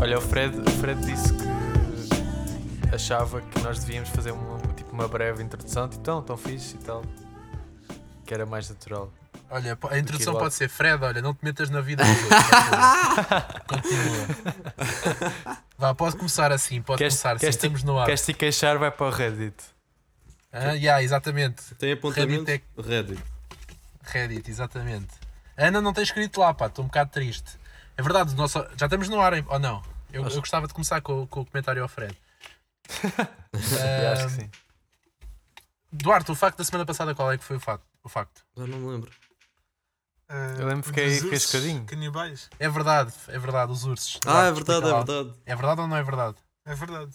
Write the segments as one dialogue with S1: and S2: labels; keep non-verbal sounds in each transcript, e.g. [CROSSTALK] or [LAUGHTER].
S1: Olha, o Fred, o Fred disse que achava que nós devíamos fazer uma, tipo, uma breve introdução, tipo, tão, tão fixe e tal. Que era mais natural.
S2: Olha, po- a introdução
S1: logo.
S2: pode ser Fred, olha, não te metas na vida dos
S3: [LAUGHS]
S2: outros. por favor." Continua. Vá, pode começar assim, pode
S1: Queres-
S2: começar assim,
S1: queres-
S2: estamos no ar.
S1: Queres te queixar? Vai para o Reddit.
S2: Ah, yeah, exatamente.
S3: Tem apontamento?
S2: Reddit
S3: Reddit.
S2: Reddit, exatamente. A Ana não tem escrito lá, pá, estou um bocado triste. É verdade, o nosso- já estamos no ar, hein? ou não? Eu, eu gostava de começar com, o- com o comentário ao Fred.
S1: Eu acho
S2: Ah,
S1: que sim.
S2: Duarte, o facto da semana passada, qual é que foi o facto? O facto?
S3: Já não me lembro.
S4: Ah,
S1: Eu lembro que fiquei-
S4: dos
S1: fiquei
S4: ursos
S1: escadinho.
S4: Canibais.
S2: É verdade, é verdade, os ursos.
S3: Ah, é
S2: Duarte,
S3: verdade,
S2: explica
S3: é
S2: lá.
S3: verdade.
S2: É verdade ou não é verdade?
S4: É verdade.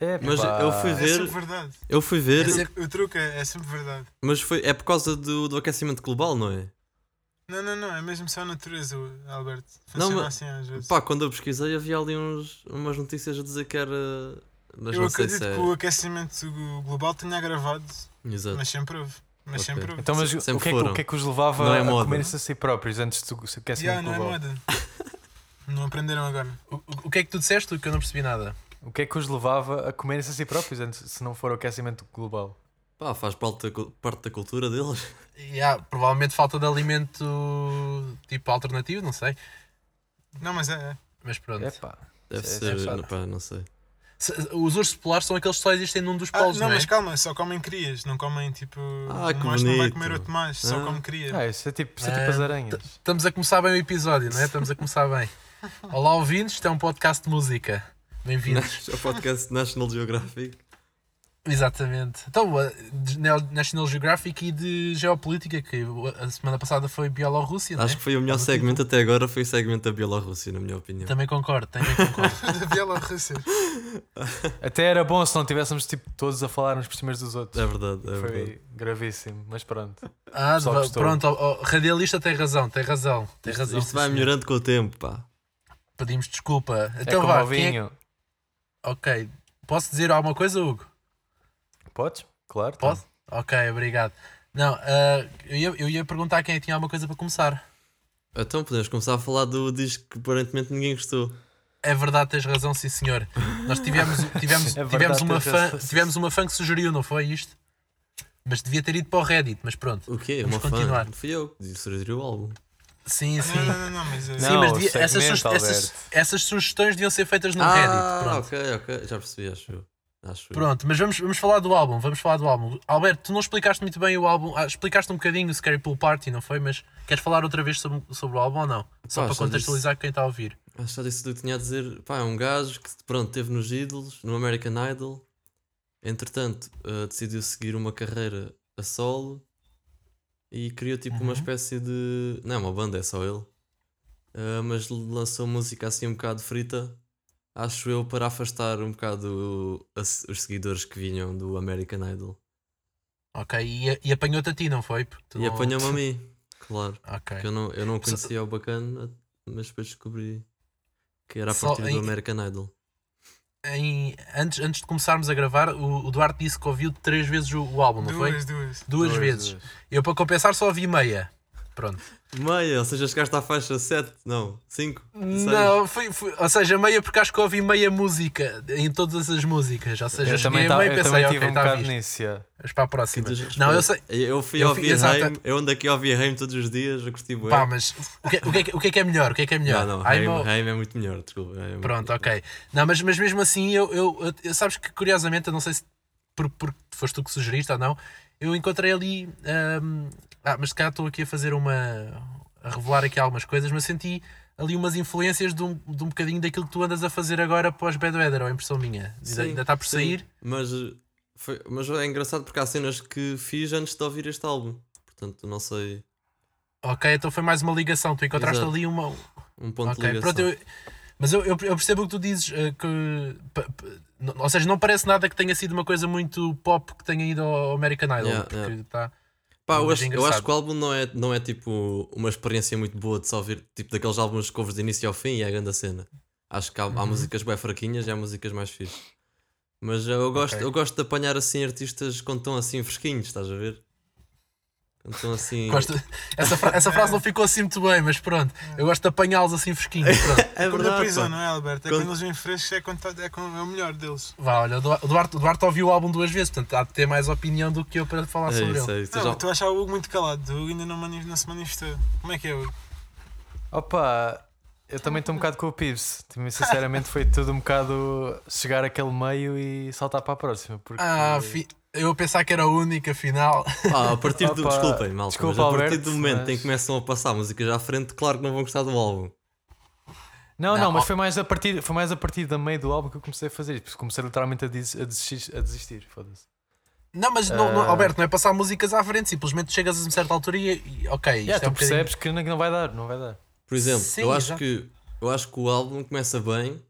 S1: É,
S3: Mas
S1: pá.
S3: eu fui
S4: É sempre
S3: ver,
S4: verdade.
S3: eu fui ver,
S2: É sempre-
S4: O truque é, é sempre verdade.
S3: mas foi, é por causa do, do aquecimento global, não é?
S4: Não, não, não. É mesmo só a natureza, Alberto.
S3: Não,
S4: Funciona
S3: mas-
S4: assim às vezes.
S3: Pá, quando eu pesquisei havia ali uns, umas notícias a dizer que era. Mas
S4: eu
S3: não sei
S4: acredito
S3: se é.
S4: que o aquecimento global tenha agravado,
S3: Exato.
S4: mas sempre houve. Mas
S3: Ok.
S4: sempre houve.
S1: Então, mas o que, é
S3: Sempre
S1: que,
S3: foram.
S1: o que é que os levava
S3: Não é
S1: a
S3: moda.
S1: comer-se a si próprios antes do se
S3: assim,
S1: aquecimento
S3: um
S4: Yeah, não é
S1: global?
S4: moda. não aprenderam agora.
S2: O, o- o que é que tu disseste que eu não percebi nada?
S1: O que é que os levava a comerem-se a si próprios antes, se não for o aquecimento global?
S3: Pá, faz parte da, cu- parte da cultura deles.
S2: E há, provavelmente falta de alimento tipo alternativo, não sei.
S4: Não, mas é. é.
S2: Mas pronto.
S1: É pá.
S3: Deve
S1: Isso é-
S3: ser.
S1: isso é chato.
S3: não, pá, não sei.
S2: Se- Os ursos polares são aqueles que só existem num dos
S4: Ah,
S2: polos,
S4: não,
S2: não é?
S4: mas calma, só comem crias, não comem tipo.
S3: Ah,
S4: um
S3: que
S4: macho não vai
S3: bonito.
S4: comer outro mais, só
S3: Ah.
S4: come crias.
S1: Ah, isso é tipo, isso é
S2: Ah,
S1: tipo as aranhas.
S2: Estamos a começar bem o episódio, não é? Estamos a começar [LAUGHS] bem. Olá, ouvintes, isto é um podcast de música. Bem-vindos.
S3: Nasce- É o podcast National Geographic.
S2: Exatamente. Então, a- de Nel- National Geographic e de Geopolítica, que a semana passada foi Bielorrússia, não é?
S3: Acho que foi o melhor
S2: Estava
S3: segmento até agora, foi o segmento da Bielorrússia, na minha opinião.
S2: Também concordo, também concordo.
S4: Da Bielorrússia.
S1: Até era bom se não tivéssemos tipo, todos a falar uns por cima dos outros.
S3: [LAUGHS] É verdade, é verdade.
S1: Foi gravíssimo, mas pronto. É
S2: Ah,
S1: Só
S2: va-
S1: gostou.
S2: pronto, ó, ó, radialista tem razão, tem razão, tem razão.
S3: Isto
S2: sim,
S3: vai
S2: senhor.
S3: melhorando com o tempo, pá.
S2: Pedimos desculpa.
S1: é
S2: Então
S1: como
S2: vá,
S1: o
S2: quem é-
S1: vinho.
S2: Ok, posso dizer alguma coisa, Hugo?
S1: Podes? Claro. então.
S2: Posso? Ok, obrigado. Não, ah, eu, ia, eu ia perguntar quem é que tinha alguma coisa para começar.
S3: Então podemos começar a falar do disco que aparentemente ninguém gostou.
S2: É verdade, tens razão, sim senhor.
S1: [LAUGHS]
S2: Nós tivemos, tivemos,
S1: É verdade,
S2: tivemos, uma,
S1: tens
S2: fã,
S1: razão, sim,
S2: tivemos uma fã que sugeriu, não foi isto? Mas devia ter ido para o Reddit, mas pronto.
S3: O quê?
S2: Vamos
S3: uma
S2: continuar.
S3: fã? Fui eu que disse surgiu o álbum.
S2: Sim, sim.
S4: Não, não, não, não, mas é.
S1: Ah, Não.
S2: Sim, mas devia-
S1: o
S2: essas,
S1: segmento,
S2: suge- essas,
S1: Alberto.
S2: essas sugestões deviam ser feitas no Reddit.
S3: ah,
S2: um Pronto.
S3: ok, ok. Já percebi, acho eu. Acho eu.
S2: Pronto, mas vamos, vamos falar do álbum, vamos falar do álbum. Alberto, tu não explicaste muito bem o álbum, ah, explicaste um bocadinho o Scary Pool Party, não foi? Mas queres falar outra vez sobre, sobre o álbum ou não? Só
S3: Pá,
S2: para
S3: só
S2: contextualizar quem está a ouvir.
S3: Acho que já disse tudo o que tinha a dizer. Pá, é um gajo que, pronto, teve nos Idols, no American Idol. Entretanto, eh, decidiu seguir uma carreira a solo e criou tipo
S2: Uhum.
S3: uma espécie de. Não é uma banda, é só ele. Eh, mas lançou música assim um bocado frita, acho eu, para afastar um bocado o- as- os seguidores que vinham do American Idol.
S2: Ok, e, e apanhou-te a ti, não foi? Porque tu
S3: E
S2: não-
S3: apanhou-me a mim, claro.
S2: [LAUGHS] Ok.
S3: Que eu não, eu não
S2: Só-
S3: conhecia o bacana, mas depois descobri que era a
S2: Só
S3: partir do
S2: em-
S3: American Idol.
S2: Em- antes, antes de começarmos a gravar, o, o Duarte disse que ouviu três vezes o, o álbum, não foi?
S4: Duas, duas.
S3: É
S2: Duas, vezes. Eu, para compensar, só ouvi meia. Pronto.
S3: Meia, ou seja, chegaste à faixa 7, não, 5, 6.
S2: Não, foi, foi- ou seja, meia porque acho que ouvi meia música em todas as músicas. Ou seja,
S1: Eu também,
S2: cheguei a
S1: tá,
S2: meio e
S1: eu
S2: pensei,
S1: também
S2: ok,
S1: tive um
S2: está
S1: bocado
S2: visto.
S1: nisso. yeah.
S2: Mas para a próxima.
S3: Sintas
S2: Não, eu
S3: respeito.
S2: sei.
S3: Eu fui
S2: Eu
S3: ao
S2: fui-
S3: Viheim,
S2: exata-
S3: eu ando aqui ao Viheim todos os dias, eu curti bué.
S2: Pá, mas o que, o que é, que- o que é que é melhor? O que é que é melhor?
S3: Não, não,
S2: Ai,
S3: Heim,
S2: meu-
S3: Heim é muito melhor, desculpa. Heim é muito-
S2: Pronto, ok. Não, mas, mas mesmo assim, eu, eu, eu- eu- Sabes que curiosamente, eu não sei se por, por, foste tu que sugeriste ou não, eu encontrei ali. hum, ah, mas cá estou aqui a fazer uma. a revelar aqui algumas coisas, mas senti ali umas influências de um, de um bocadinho daquilo que tu andas a fazer agora pós Bad Weather, ou a impressão minha. Ainda-
S3: Sim,
S2: ainda está por
S3: sim,
S2: sair.
S3: Mas, eh, foi, mas é engraçado porque há cenas que fiz antes de ouvir este álbum. Portanto, não sei,
S2: Ok, então foi mais uma ligação. Tu encontraste
S3: Exato.
S2: ali uma,
S3: um ponto
S2: Ok,
S3: de ligação.
S2: pronto, eu- mas eu, eu- eu percebo o que tu dizes, eh, que, pa- pa- n- ou seja, não parece nada que tenha sido uma coisa muito pop que tenha ido ao American Idol,
S3: Yeah,
S2: porque
S3: yeah.
S2: tá-
S3: Pá, eu,
S2: Mas
S3: acho,
S2: é
S3: eu
S2: engraçado.
S3: acho que o álbum não é, não é tipo uma experiência muito boa de só ouvir, tipo daqueles álbuns que ouves de início ao fim e é a grande cena. Acho que há, há músicas bem fraquinhas e há músicas mais fixes. Mas eu gosto,
S2: Ok.
S3: eu gosto de apanhar assim artistas quando estão assim fresquinhos, estás a ver? Quando estão assim.
S2: Gosto- Essa, fra- essa frase não ficou assim muito bem, mas pronto. Eu gosto de apanhá-los assim
S3: [LAUGHS]
S2: fresquinhos. Pronto.
S3: É
S4: Quando da
S3: verdade.
S4: prisão,
S3: pá.
S4: não é, Alberto? É
S3: Quando-
S4: quando eles vêm frescos, é, quando tá- é, quando é o melhor deles.
S2: Vá, olha, o Du- o Duarte, o Duarte ouviu o álbum duas vezes, portanto há de ter mais opinião do que eu para falar
S3: É
S2: sobre
S3: isso,
S2: ele.
S3: é isso.
S4: um Não,
S3: Já-
S4: mas tu achas o Hugo muito calado, o Hugo ainda não, mani- não se manifestou. Como é que é, Hugo?
S1: Opa, eu também estou um bocado com o Pips. Também, Sinceramente, foi tudo um bocado chegar àquele meio e saltar para a próxima. Porque...
S2: Ah, fi- eu pensar que era o único, afinal.
S3: Ah, a partir do.
S1: Opa,
S3: Desculpem, malta.
S1: desculpa,
S3: mas a partir
S1: Alberto,
S3: do momento em
S1: mas-
S3: que começam a passar músicas à frente, claro que não vão gostar do álbum.
S1: Não, não,
S2: Não,
S1: mas
S2: ó-
S1: foi mais, a partir, foi mais a partir da meio do álbum que eu comecei a fazer isso. porque Comecei literalmente a, des- a desistir. A desistir foda-se.
S2: Não, mas não- não-
S1: Ah.
S2: Alberto, não é passar músicas à frente, simplesmente chegas a uma certa altura e, e ok,
S1: Yeah, tu
S2: isto é um bocadinho-
S1: percebes que não- que não vai dar, não vai dar.
S3: Por exemplo,
S2: Sim,
S3: eu, acho
S2: exato.
S3: que, eu acho que o álbum começa bem,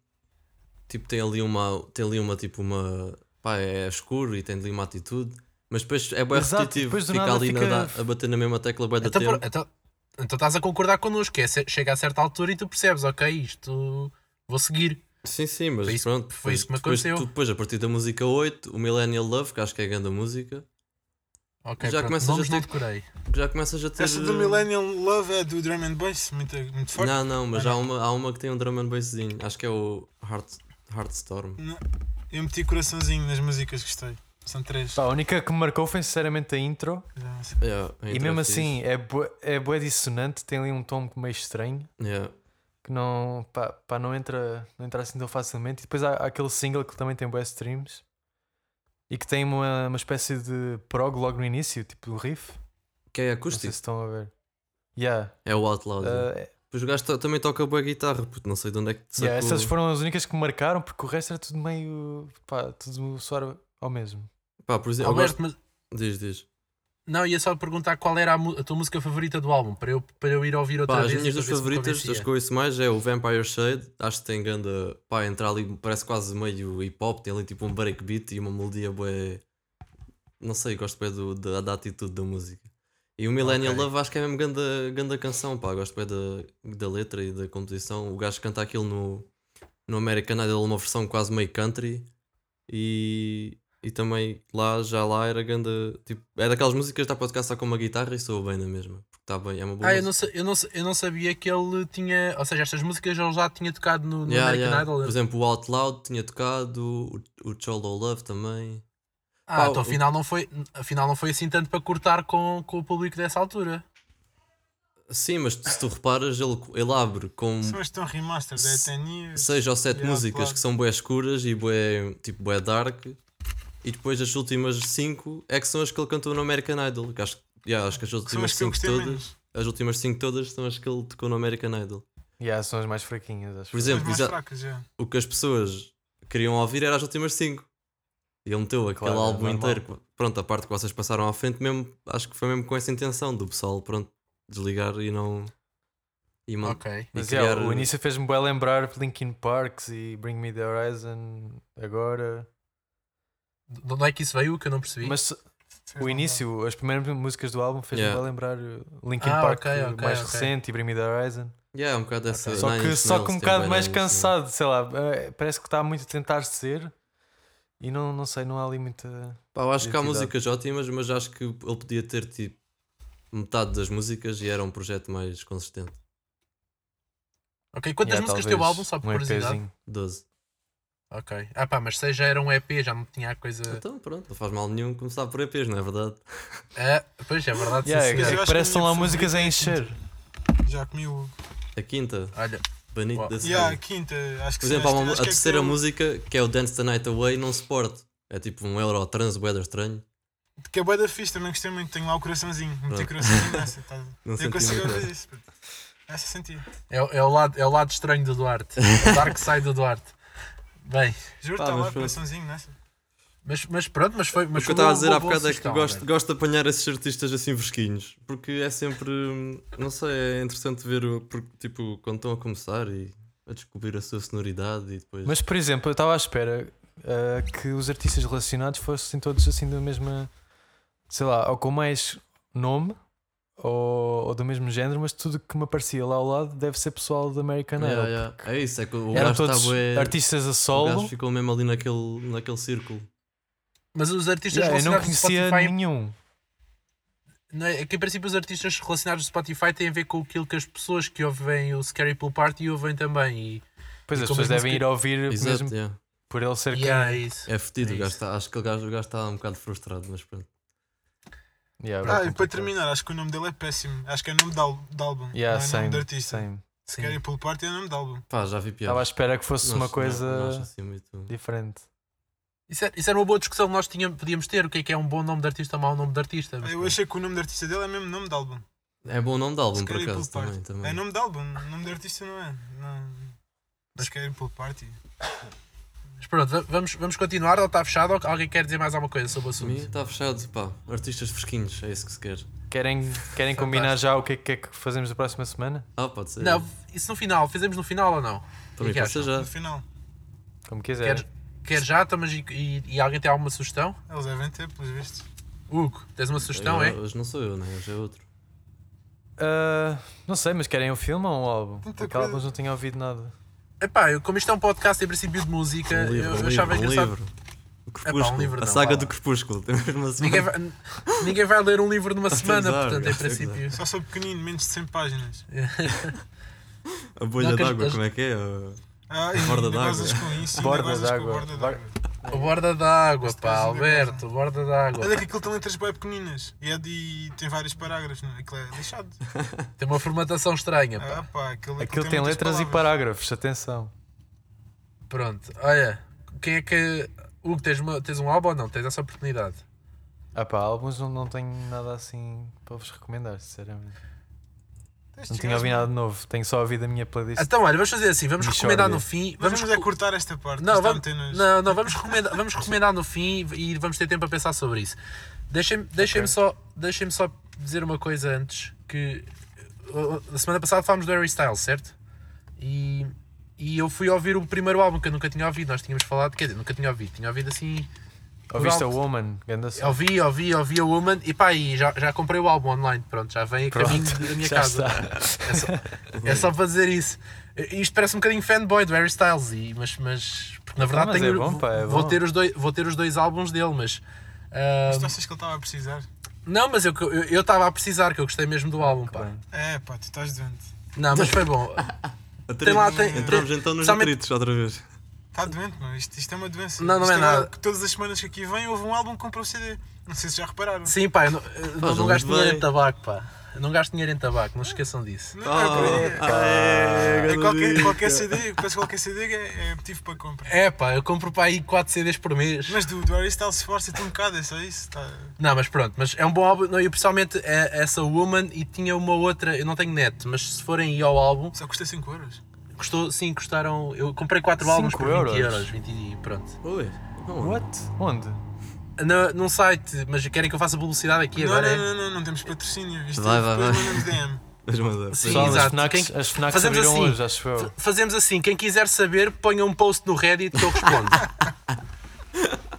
S3: tipo, tem ali uma, tem ali uma, tipo, uma, pá, é escuro e tem ali uma atitude, mas depois é bem
S1: Exato,
S3: repetitivo,
S1: depois do
S3: fica
S1: nada
S3: ali na
S1: fica-
S3: da- a bater na mesma tecla bué da
S2: Então,
S3: tempo.
S2: por- então- então estás a concordar connosco, é, se- chega a certa altura e tu percebes, ok, isto vou seguir.
S3: Sim, sim, mas
S2: Foi isso-
S3: pronto,
S2: foi isso que me
S3: depois-
S2: aconteceu.
S3: tu- depois, a partir da música 8, o Millennial Love, que acho que é a grande música,
S2: Ok,
S3: Já
S2: pronto,
S3: começas
S2: nomes
S3: a
S2: não
S3: ter-
S2: decorei.
S3: que já começas a ter...
S4: Essa do Millennium Love é do Drum and Bass, muito, muito forte.
S3: Não, não, mas
S4: Ah,
S3: há uma, há uma que tem um drum and basszinho, acho que é o Heart, Heartstorm.
S4: Não. Eu meti coraçãozinho nas músicas, gostei. São três.
S3: Tá.
S1: Pá, a única que me marcou foi sinceramente a intro.
S4: Já não sei.
S3: Yeah, a
S1: e
S3: intro
S1: mesmo
S3: é fixe.
S1: assim é bué, é bué dissonante, tem ali um tom meio estranho
S3: Yeah.
S1: que não, pá, pá, não, entra, não entra assim tão facilmente. E depois há, há aquele single que também tem bué streams e que tem uma, uma espécie de prog logo no início, tipo do riff.
S3: Que é
S1: Não sei
S3: acústico,
S1: se estão a ver. Yeah.
S3: é o Outlaw. yeah.
S1: uh,
S3: Pois o gajo to- também toca boa guitarra, puto, não sei de onde é que te
S1: yeah,
S3: sacou.
S1: essas foram as únicas que me marcaram porque o resto era tudo meio. pá, tudo soar ao mesmo.
S3: Pá, por exemplo, eu
S2: Alberto,
S3: gosto...
S2: mas,
S3: Diz, diz.
S2: não, ia só perguntar qual era a, mu- a tua música favorita do álbum, para eu, para eu ir ouvir outra
S3: Pá, as
S2: vez.
S3: minhas
S2: para
S3: duas
S2: ver se me
S3: favoritas,
S2: convencia.
S3: as que eu ouço mais, é o Vampire Shade. Acho que tem grande. Pá, entrar ali, parece quase meio hip hop. Tem ali tipo um breakbeat e uma melodia bué. Não sei, gosto bem do, da, da atitude da música. E o Millennial
S2: Ok.
S3: Love acho que é mesmo grande, grande canção, pá. Gosto bem da, da letra e da composição. O gajo canta aquilo no, no American Idol, uma versão quase meio country. E, e também lá, já lá era grande. Tipo, é daquelas músicas que dá para tocar só com uma guitarra e soa bem na mesma. Porque está bem, é uma boa.
S2: Ah, eu
S3: música.
S2: não, sa- eu, não, sa- eu não sabia que ele tinha. Ou seja, estas músicas ele já tinha tocado no, no
S3: Yeah,
S2: American
S3: yeah.
S2: Idol.
S3: Por exemplo, o Out Loud tinha tocado, o, o Cholo Love também.
S2: ah,
S3: pá,
S2: então
S3: o-
S2: afinal não, foi, afinal não foi assim tanto para cortar com, com o público dessa altura.
S3: Sim, mas se tu reparas, ele, ele abre com
S4: São as que estão remaster da
S3: Se-
S4: Ethan
S3: seis ou sete
S4: Yeah,
S3: músicas
S4: claro.
S3: que são bué escuras e bué, tipo, bué dark. E depois as últimas cinco é que são as que ele cantou no American Idol. Que acho, yeah, acho que as
S4: São
S3: últimas
S4: as que eu
S3: cinco
S4: gostei
S3: todas.
S4: menos.
S3: As últimas cinco todas são as que ele tocou no American Idol.
S1: Yeah, são as mais fraquinhas, acho.
S3: Por
S1: eu.
S4: São as
S3: exemplo,
S4: mais
S3: exa-
S4: fracas, já.
S3: o que as pessoas queriam ouvir era as últimas cinco. E ele meteu aquele
S1: Claro, é
S3: álbum
S1: normal.
S3: inteiro. Pronto, a parte que vocês passaram à frente, mesmo, acho que foi mesmo com essa intenção do pessoal, pronto, desligar e não. E, man-
S2: Ok.
S3: e
S1: Mas é,
S3: criar.
S1: o início fez-me bem lembrar Linkin Parks e Bring Me the Horizon agora.
S2: De onde é que isso veio? Que eu não percebi.
S1: Mas o
S4: é
S1: início, as primeiras músicas do álbum fez-me
S3: Yeah.
S1: bem lembrar uh, Linkin
S2: Ah,
S1: Park
S2: ok, ok,
S1: mais
S2: ok.
S1: recente e Bring Me the Horizon.
S3: Yeah, um bocado dessa.
S1: Só
S3: Nine
S1: que
S3: Inch
S1: só que um
S3: Nails,
S1: bocado
S3: tem
S1: mais
S3: bué Nine Inch Nails.
S1: cansado, sei lá, eh, parece que está muito a tentar ser e não, não sei, não há ali muita.
S3: Pá, eu acho que há
S1: Identidade.
S3: músicas ótimas, mas acho que ele podia ter tipo metade das músicas e era um projeto mais consistente.
S2: ok, quantas
S1: Yeah,
S2: músicas
S1: talvez
S2: tem o álbum? Só por
S1: um
S2: curiosidade.
S1: EPzinho.
S3: 12.
S2: Ok. Ah, pá, mas seja era um EP, já não tinha a coisa.
S1: É.
S3: Então pronto, não faz mal nenhum começar por EPs, não é verdade?
S2: Ah, pois é verdade. sim,
S1: Yeah,
S2: senhor.
S1: é,
S4: acho que
S1: é
S4: a
S1: que parecem
S4: minha
S1: lá músicas a encher.
S4: Já comi o.
S3: A quinta,
S2: Olha,
S3: Banito
S2: Uau.
S3: da
S4: E há
S3: Cidade.
S4: a quinta, acho que
S3: Por
S4: sim,
S3: exemplo, há
S4: acho-
S3: uma, a
S4: acho que é que
S3: terceira
S4: tem o-
S3: música que é o Dance the Night Away, não suporto. É tipo um Eurotrans, weather estranho.
S4: Que é bué da fixe, também gostei muito. Tenho lá o coraçãozinho. Meti
S3: Pronto. [LAUGHS]
S4: coraçãozinho nessa. tá-
S3: Não
S4: Eu
S3: senti
S4: consigo
S3: muito.
S4: ouvir isso. puto. Essa senti.
S2: é, é o lado, é o lado estranho do Duarte. O Dark Side do Duarte. Bem,
S4: Juro,
S3: Pá, mas
S4: está lá o
S3: pronto. Tá
S4: coraçãozinho nessa. Ah,
S2: mas, mas pronto, mas foi. Mas
S3: Mas o que
S2: foi
S3: eu estava
S2: uma
S3: a dizer
S2: boa-
S3: há
S2: boa
S3: bocado é que
S2: sugestão, né?
S3: gosto,
S2: Alberto.
S3: gosto de apanhar esses artistas assim fresquinhos, porque é sempre, hum, não sei, é interessante ver o- por- tipo, quando estão a começar e a descobrir a sua sonoridade e depois.
S1: Mas por exemplo, eu estava à espera ah, que os artistas relacionados fossem todos assim da mesma, sei lá, ou com mais nome ou, ou do mesmo género, mas tudo que me aparecia lá ao lado deve ser pessoal da American Idol.
S3: Yeah, yeah. é isso, é que o
S1: Eram
S3: gajo
S1: todos
S3: está bué-
S1: artistas a
S3: o
S1: solo.
S3: gajo ficou mesmo ali naquele, naquele círculo.
S2: Mas os artistas
S1: Yeah, eu não
S2: relacionados com
S1: conhecia
S2: Spotify
S1: nenhum.
S2: não é? É que em princípio os artistas relacionados do Spotify têm a ver com aquilo que as pessoas que ouvem o Scary Pool Party ouvem também. E,
S1: Pois
S2: E
S1: as
S2: como
S1: pessoas
S2: é que
S1: devem
S2: se-
S1: ir ouvir
S3: Exato,
S1: mesmo
S3: yeah.
S1: por ele ser
S2: e
S1: quem.
S2: é isso.
S3: é fedido.
S2: É
S3: o gajo
S2: isso.
S3: está- acho que o gajo o gajo está um bocado frustrado, mas pronto.
S1: Yeah,
S4: Ah,
S1: bro,
S4: e para
S1: complicado.
S4: terminar, acho que o nome dele é péssimo. Acho que é o nome de al- de álbum.
S1: Yeah,
S4: não é
S1: same,
S4: nome de artista.
S1: same.
S4: Se querem pull party é o nome de álbum.
S3: Pá, já vi
S1: Estava à
S3: piada.
S1: espera que fosse
S3: Não
S1: uma
S3: acho- não- não acho
S1: coisa
S3: assim muito-
S1: diferente.
S2: Isso, era, isso era uma boa discussão que nós tínhamos, podíamos ter. O que é que é um bom nome de artista ou mau nome de artista? mas
S4: Eu
S2: pronto.
S4: achei que o nome de artista dele é mesmo nome de álbum.
S3: É bom nome de álbum, por
S4: Scary
S3: acaso,
S4: Pool
S3: também. também.
S4: É nome de álbum, nome de artista não é. Não. Mas querem pull party.
S2: Mas pronto, va- vamos, vamos continuar. Ou está fechado? Ou alguém quer dizer mais alguma coisa sobre o assunto?
S3: Está tá fechado, pá. Artistas fresquinhos, é isso que se quer.
S1: Querem, querem combinar já o que é, que é que fazemos na próxima semana?
S3: Ah, pode ser.
S2: Não, isso no final. Fizemos no final ou não?
S3: Para mim
S2: que
S3: pode ser já.
S4: No final,
S1: Como
S3: É.
S1: quiser.
S2: Quer, quer já? Então, mas e, e- e alguém tem alguma sugestão?
S4: eles devem ter, pelos vistos.
S2: Hugo, tens uma sugestão,
S3: Eu-
S2: é?
S3: Hoje não sou eu, né? Hoje é outro.
S1: Ah, não sei, mas querem um filme ou um álbum?
S4: Tanta
S1: Porque álbuns
S4: coisa.
S1: não tinha ouvido nada.
S2: Epá, eu, como isto é um podcast em princípio de música,
S3: Um livro,
S2: eu,
S3: um
S2: eu
S3: livro,
S2: achava
S3: um
S2: engraçado.
S3: livro. O
S2: É pá, um
S3: Crepúsculo.
S2: livro
S3: a
S2: não,
S3: saga
S2: vá
S3: do
S2: lá.
S3: Crepúsculo. [LAUGHS] Tem mesmo assim uma
S2: Ninguém
S3: semana.
S2: vai, ninguém vai ler um livro numa semana,
S3: [LAUGHS] Exato,
S2: portanto, em
S3: exato.
S2: princípio.
S4: Só sou pequenino, menos de 100 páginas.
S3: A bolha
S2: Não, que as-
S3: d'água,
S2: as-
S3: como é que é? Ah,
S4: Ah,
S3: Borda
S4: e ainda
S3: d'água.
S4: gozas com isso. ainda
S1: Borda
S4: gozas com a
S1: d'água.
S4: borda
S1: Bor-
S4: d'água.
S2: A borda d'água,
S4: Este
S2: pá,
S4: caso ainda é
S2: Alberto, a borda d'água.
S4: Olha é que aquilo tem letras bem pequeninas. E, é de- e tem vários parágrafos. Não? é? Aquilo é lixado.
S2: [LAUGHS] Tem uma formatação estranha, pá.
S4: Ah, pá, aquilo,
S1: Aquilo tem
S4: muitas
S1: letras e
S4: palavras.
S1: parágrafos, atenção.
S2: Pronto, olha, quem é que. Hugo, tens, uma, tens um álbum ou não? Tens essa oportunidade.
S1: Ah pá, álbuns não, não tenho nada assim para vos recomendar, sinceramente.
S4: Tens de
S1: Não
S4: chegar
S1: tinha ouvido
S4: a-
S2: um
S1: nada de novo, tenho só ouvido a minha playlist.
S2: Então, olha, vamos fazer assim, vamos
S1: Michórdia.
S2: recomendar no fim.
S4: Mas
S2: Vamos,
S4: vamos é
S2: recu-
S4: cortar esta parte.
S2: não,
S4: isto
S2: vamos,
S4: está a meter-nos-
S2: não, não, vamos recomendar, vamos recomendar no fim e vamos ter tempo a pensar sobre isso. Deixem-me deixem só, deixem só dizer uma coisa antes, que uh, na semana passada falámos do Harry Styles, certo? E, e eu fui ouvir o primeiro álbum que eu nunca tinha ouvido, nós tínhamos falado, quer dizer, nunca tinha ouvido, tinha ouvido assim
S1: Ouviste a
S2: alto.
S1: Woman,
S2: É
S1: ganda som.
S2: Ouvi, ouvi, ouvi a Woman e pá, e já, já comprei o álbum online, pronto, já vem a caminho da
S1: [LAUGHS]
S2: minha
S1: já
S2: casa.
S1: está.
S2: É só, é só para dizer isso. E Isto parece um bocadinho fanboy do Harry Styles, e, mas, mas porque na verdade
S1: mas
S2: tenho,
S1: é bom, pá, é
S2: vou,
S1: bom.
S2: ter os dois, vou ter os dois álbuns dele, mas. ah,
S4: Mas tu achas que ele estava a precisar?
S2: não, mas eu eu- eu estava a precisar, que eu gostei mesmo do álbum, pá.
S1: Ah, bem.
S4: É, pá, tu estás doente.
S2: Não, mas foi bom.
S3: atritos.
S2: lá, tem-
S3: Entramos
S2: tem-
S3: então nos
S2: somente-
S3: atritos outra vez.
S4: Está doente, meu. Isto, isto é uma doença.
S2: Não, não
S4: Isto
S2: é
S4: agora
S2: nada.
S4: que todas as semanas que aqui vem houve um álbum que comprou CD. Não sei se já repararam.
S1: Ah,
S2: Sim, pá, eu não, eu
S3: Faz
S2: não
S3: um
S2: gasto dinheiro
S3: bem.
S2: em tabaco, pá. Eu não gasto dinheiro em tabaco, não se esqueçam disso.
S4: Não, é, é,
S3: Ah, é,
S4: é qualquer, qualquer CD, quase qualquer CD é, é motivo para compra.
S2: É pá, eu compro para aí 4 CDs por mês.
S4: Mas do, do Harry Styles esforça-te um bocado, é só isso. Tá.
S2: Não, mas pronto, mas é um bom álbum. Não, eu pessoalmente é, essa Woman e tinha uma outra, eu não tenho net, mas se forem ir ao álbum,
S4: Só custa 5 euros.
S2: custou, sim, custaram. Eu comprei 4
S1: Cinco
S2: álbuns por 20 euros,
S1: euros?
S2: 20 e pronto.
S3: Oi. Não,
S1: What? Onde?
S2: Na, num site, mas querem que eu faça publicidade aqui
S4: Não,
S2: agora?
S4: não,
S2: é?
S4: não, não, não temos patrocínio, isto é
S3: Vai, vai,
S4: depois
S3: vai.
S4: mandamos DM.
S3: Mas manda.
S2: Sim.
S1: Pessoal, as
S2: exato.
S1: FNACs,
S2: Quem-
S1: as FNACs
S2: Fazemos
S1: abriram
S2: assim.
S1: hoje, acho eu.
S2: F- Fazemos assim, quem quiser saber, ponha um post no Reddit que eu
S4: [LAUGHS]
S2: respondo.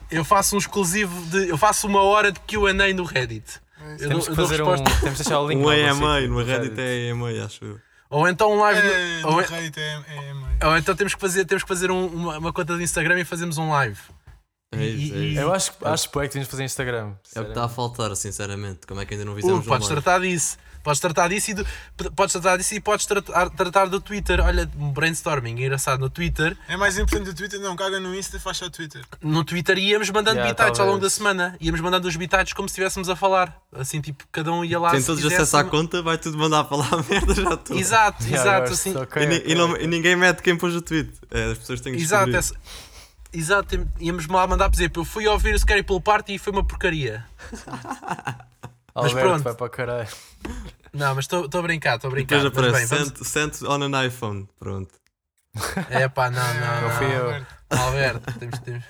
S2: eu faço um exclusivo de. Eu faço uma hora de QA no Reddit. Eu
S1: Temos
S2: dou-
S1: que
S2: eu dou
S1: fazer um.
S2: resposta.
S1: Temos que deixar o link
S3: Um
S1: no
S3: AMA,
S1: sítio,
S3: no Reddit é AMA, acho eu.
S2: Ou então um live.
S4: É,
S2: no-
S4: do
S2: ou-
S4: Reddit é, é, é meio.
S2: ou então temos que fazer, temos que fazer um- uma, uma conta de Instagram e fazemos um live.
S3: É isso, é
S2: e-
S3: isso.
S1: Eu acho, que- acho que é que devíamos fazer Instagram.
S3: É o que
S1: sinceramente.
S3: está a faltar, sinceramente. Como é que ainda não
S2: Uh,
S3: fizemos
S2: podes
S3: online?
S2: tratar disso. Podes tratar disso e do, podes tratar disso e podes tratar, tratar do Twitter. Olha, um brainstorming engraçado no Twitter.
S4: É mais importante do Twitter, não, caga no Insta, faz só Twitter.
S2: No Twitter íamos mandando
S1: Yeah,
S2: bitites ao longo da
S1: talvez.
S2: semana. Íamos mandando os bitites como se estivéssemos a falar. Assim, tipo, cada um ia lá.
S3: Tem
S2: se
S3: todos
S2: quisesse.
S3: acesso à conta, vai tudo mandar para lá [LAUGHS] a merda já tudo.
S2: Exato,
S1: Yeah,
S2: exato,
S1: gosto,
S2: assim.
S1: ok,
S3: E, ni-
S1: ok.
S3: e não- e ninguém mete quem pôs o tweet. É, as pessoas têm que
S2: Exato,
S3: descobrir.
S2: essa- exato, tem- íamos lá mandar, por exemplo, eu fui ouvir o Scary Pool Party e foi uma porcaria.
S1: Alberto
S2: pronto.
S1: vai para o caralho.
S2: Não, mas estou estou a brincar, estou a brincar.
S3: Depois
S2: Ah, Mas bem,
S3: aparece
S2: vamos-
S3: sent, sent on an iPhone. Pronto.
S2: É pá, não, não.
S1: Não fui eu.
S4: Alberto.
S2: Alberto, temos, temos.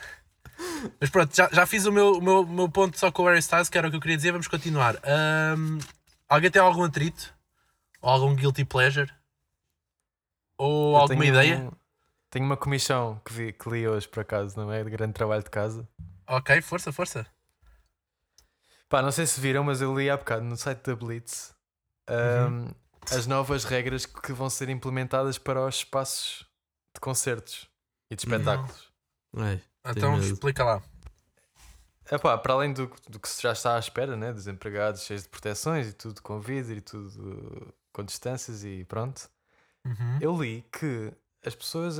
S2: Mas pronto, já, já fiz o meu, o meu, o meu ponto só com o Harry Styles, que era o que eu queria dizer, vamos continuar. Ahm, alguém tem algum atrito? Ou algum guilty pleasure? Ou
S1: Eu
S2: alguma
S1: tenho
S2: ideia?
S1: um- tenho uma comissão que, vi- que li hoje, por acaso, não é? De grande trabalho de casa.
S2: Ok, força, força.
S1: Pá, não sei se viram, mas eu li há bocado no site da Blitz ahm, as novas regras que vão ser implementadas para os espaços de concertos e de espetáculos.
S3: Ai,
S2: Então
S3: medo.
S2: explica lá.
S1: Epá, É para além do, do que se já está à espera, né? desempregados cheios de proteções e tudo com vidro e tudo uh, com distâncias e pronto.
S2: Uhum.
S1: Eu li que as pessoas.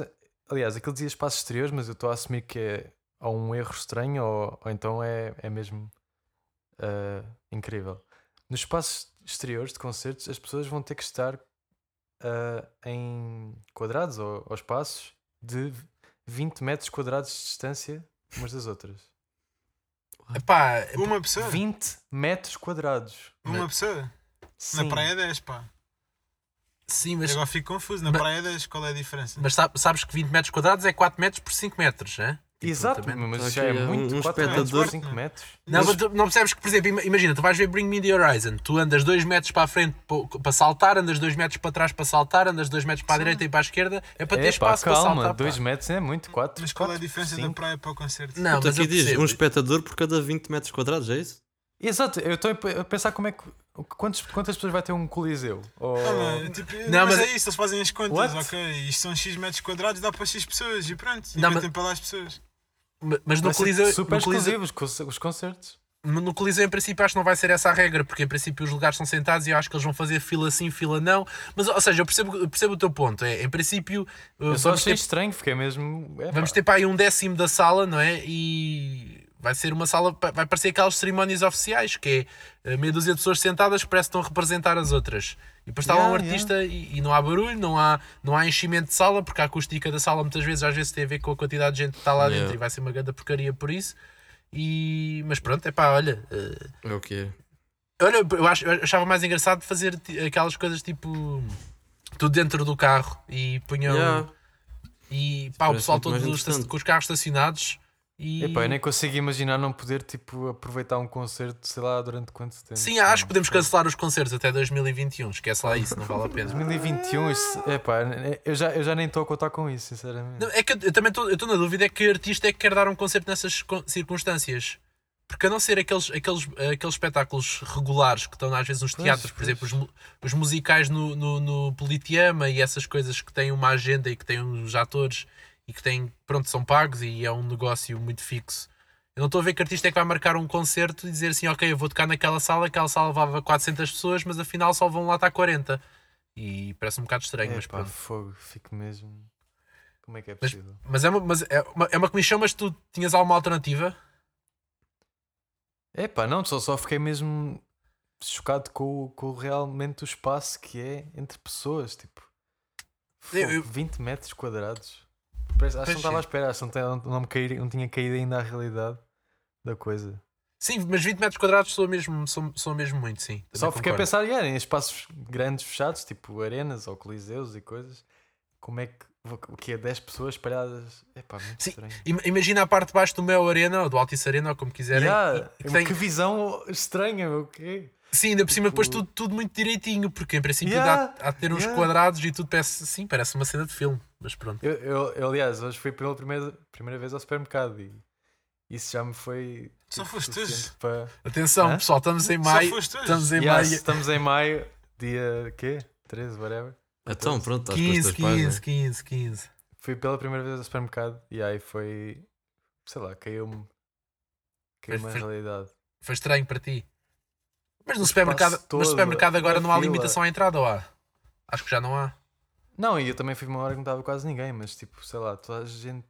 S1: Aliás, aquilo dizia espaços exteriores, mas eu estou a assumir que é ou um erro estranho ou, ou então é, é mesmo ah, incrível. Nos espaços exteriores de concertos, as pessoas vão ter que estar ah, em quadrados ou, ou espaços de 20 metros quadrados de distância umas das outras.
S2: Epá,
S4: Uma pessoa?
S1: 20 metros quadrados.
S4: Uma pessoa?
S1: Sim.
S4: Na praia 10, pá.
S2: sim, mas,
S4: Agora fico confuso. Na
S2: Mas-
S4: praia 10, qual é a diferença?
S2: mas sa- sabes que 20 metros quadrados é 4 metros por 5 metros, né?
S1: Exato, mas
S3: Tá
S1: isso já
S3: aqui,
S1: é
S3: é,
S1: muito.
S3: um
S1: 4
S4: espectador.
S1: metros, 5 metros.
S2: Não, mas tu não percebes que, por exemplo, ima- imagina, tu vais ver Bring Me the Horizon, tu andas 2 metros para a frente pa- para saltar, andas 2 metros para trás para saltar, andas 2 metros para a direita e para a esquerda, é para ter
S1: Epá,
S2: espaço para
S1: calma,
S2: saltar.
S1: 2
S2: Dois...
S1: metros é muito. 4
S4: Mas qual é a diferença da praia para o concerto?
S2: Não,
S3: Puta,
S2: mas
S3: aqui
S2: eu
S3: diz,
S2: percebo.
S3: um espectador por cada 20 metros quadrados, é isso?
S1: Exato, eu estou a pensar como é que. Quantos, quantas pessoas vai ter um coliseu? Ou...
S4: Não, mas, tipo,
S2: Não,
S4: mas
S2: mas-
S4: é isso, eles fazem as contas,
S1: What?
S4: ok? Isto são X metros quadrados, dá para X pessoas e pronto,
S2: Não,
S4: inventem para lá as pessoas.
S2: Ma- Mas no
S1: Vai ser
S2: Coliseu,
S1: super
S2: no, Coliseu,
S1: exclusivos com os- os concertos.
S2: no Coliseu, em princípio, acho que não vai ser essa a regra, porque em princípio os lugares são sentados e eu acho que eles vão fazer fila sim, fila não. Mas, ou seja, eu percebo, eu percebo o teu ponto. É, em princípio,
S1: Eu
S2: uh,
S1: só
S2: vamos
S1: achei
S2: ter,
S1: estranho, fiquei mesmo. é,
S2: vamos
S1: pá.
S2: ter para aí um décimo da sala, não é? E vai ser uma sala, pa- vai parecer aquelas cerimónias oficiais, que é uh, meia dúzia de pessoas sentadas que parece que estão a representar as outras. E depois está lá um
S1: Yeah,
S2: artista e, e não há barulho, não há, não há enchimento de sala, porque a acústica da sala muitas vezes às vezes tem a ver com a quantidade de gente que está lá
S3: Yeah.
S2: dentro e vai ser uma grande porcaria por isso. E, mas pronto, é pá, olha, uh,
S3: É o que é.
S2: Olha, eu, ach- eu achava mais engraçado fazer ti- aquelas coisas tipo. Tudo dentro do carro e punham.
S3: Yeah.
S2: E pá, o
S3: Parece
S2: pessoal
S3: muito
S2: todo
S3: mais
S2: esta-
S3: interessante.
S2: com os carros estacionados e.
S1: Epá, eu nem consigo imaginar não poder tipo, aproveitar um concerto, sei lá, durante quanto tempo.
S2: Sim, acho que podemos cancelar os concertos até 2021. Esquece lá isso, não vale a pena.
S1: 2021, isso, epá, é, eu, já, eu já nem estou a contar com isso, sinceramente.
S2: Não, É que eu, eu também estou na dúvida: é que artista é que quer dar um concerto nessas con- circunstâncias? Porque a não ser aqueles, aqueles, aqueles espetáculos regulares que estão às vezes nos
S1: Pois,
S2: teatros, por
S1: pois.
S2: exemplo, os, mu- os musicais no, no, no Politeama e essas coisas que têm uma agenda e que têm os atores e que têm, pronto, são pagos e é um negócio muito fixo. Eu não estou a ver que artista é que vai marcar um concerto e dizer assim, ok, eu vou tocar naquela sala, aquela sala levava 400 pessoas, mas afinal só vão lá estar 40. E parece um bocado estranho, mas
S1: Epá,
S2: pronto.
S1: fogo, fico mesmo. Como é que é possível?
S2: Mas é uma, mas é uma, é uma comissão, mas tu tinhas alguma alternativa?
S1: Epá, não, só, só fiquei mesmo chocado com, o- com o realmente o espaço que é entre pessoas, tipo.
S2: Eu- eu-
S1: fogo, 20 metros quadrados. Parece- Acho que
S2: Pois
S1: não estava
S2: é.
S1: à espera, acho que não, te- não, me caí, não tinha caído ainda à realidade da coisa.
S2: Sim, mas 20 metros quadrados sou mesmo, sou, sou mesmo muito, sim. Também
S1: Só fiquei a
S2: concordo.
S1: pensar yeah, em espaços grandes fechados, tipo arenas ou coliseus e coisas. Como é que. O que é 10 pessoas espalhadas? Epá, muito
S2: Sim,
S1: estranho.
S2: Ima- Imagina a parte de baixo do Mel Arena, ou do Altice Arena, ou como quiserem.
S1: Yeah,
S2: e- que tem-
S1: Que visão estranha, meu. Que...
S2: Sim, ainda por cima depois
S1: Tipo-
S2: tudo, tudo muito direitinho, porque em princípio
S1: Yeah,
S2: dá, há de ter uns
S1: yeah.
S2: quadrados e tudo parece sim, parece uma cena de filme, mas pronto.
S1: Eu, eu, eu, aliás, hoje fui pela primeira, primeira vez ao supermercado e isso já me foi.
S4: Só
S1: tipo,
S4: foste
S1: suficiente
S4: hoje?
S1: Para...
S2: Atenção,
S1: Hã?
S2: pessoal, estamos em
S4: Só
S2: maio.
S4: foste hoje.
S2: Estamos em
S1: Yeah,
S2: maio.
S1: Estamos em maio, dia quê? 13, whatever.
S3: Então, pronto, estás com os
S2: 15,
S3: teus pais.
S2: 15,
S3: né?
S2: 15, 15.
S1: Fui pela primeira vez ao supermercado e aí foi. Sei lá, caiu-me. Caiu-me a
S2: Foi- foi-
S1: realidade.
S2: Foi estranho para ti. Mas no
S1: espaço
S2: supermercado,
S1: todo,
S2: mas no supermercado agora
S1: a
S2: não há
S1: fila.
S2: limitação à entrada, ou há? Acho que já não há.
S1: Não, e eu também fui uma hora que não estava quase ninguém, mas tipo, sei lá, toda a gente.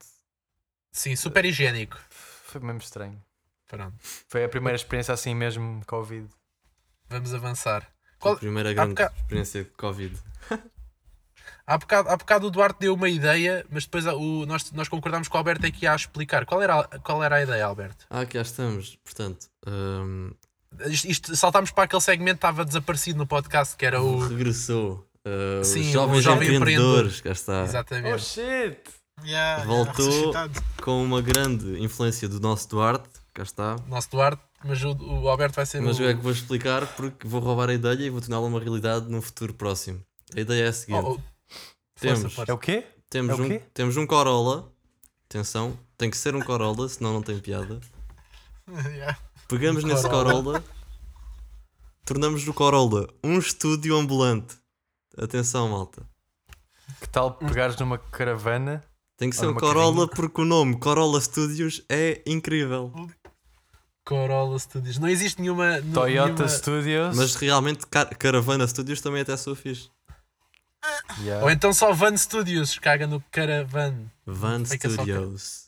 S2: Sim, super higiênico.
S1: Foi mesmo estranho.
S2: Pronto,
S1: Foi a primeira experiência assim mesmo, Covid.
S2: vamos avançar.
S3: A
S2: Qual-
S3: primeira grande
S2: bocado-
S3: experiência de Covid.
S2: Há bocado, há bocado o Duarte deu uma ideia, mas depois a- o, nós, nós concordámos com o Alberto aqui a explicar. Qual era, a- qual era a ideia, Alberto?
S3: Ah, aqui já estamos. Portanto, hum,
S2: Isto, isto- saltámos para aquele segmento que estava desaparecido no podcast, que era o.
S3: regressou. Uh, os
S2: Sim,
S3: jovens
S2: o jovem
S3: empreendedores, cá está.
S1: Oh
S2: Exatamente.
S1: shit!
S4: Yeah, yeah,
S3: Voltou.
S4: ressuscitado.
S3: Com uma grande influência do nosso Duarte, cá está.
S2: Nosso Duarte, mas o, o Alberto vai ser.
S3: Mas
S2: o,
S3: eu é que vou explicar porque vou roubar a ideia e vou torná-la uma realidade num futuro próximo. A ideia é a seguinte:
S2: Oh, oh,
S3: Temos.
S2: força, força.
S1: É o quê?
S3: temos,
S1: é o
S3: um,
S1: quê?
S3: temos um Corolla, atenção, tem que ser um Corolla, senão não tem piada.
S4: Yeah.
S3: Pegamos nesse Corolla, tornamos do Corolla um estúdio ambulante. Atenção, malta.
S1: Que tal pegares numa caravana?
S3: Tem que ser
S1: Olha
S3: um
S1: uma
S3: Corolla porque o nome Corolla Studios é incrível.
S2: Corolla Studios. Não existe nenhuma. nu-
S1: Toyota
S2: nenhuma-
S1: Studios.
S3: Mas realmente, Car- Caravana Studios também é até sou fixe.
S1: Yeah.
S2: Ou então só Van Studios, caga no Caravan.
S3: Van
S2: Fica só
S3: Studios.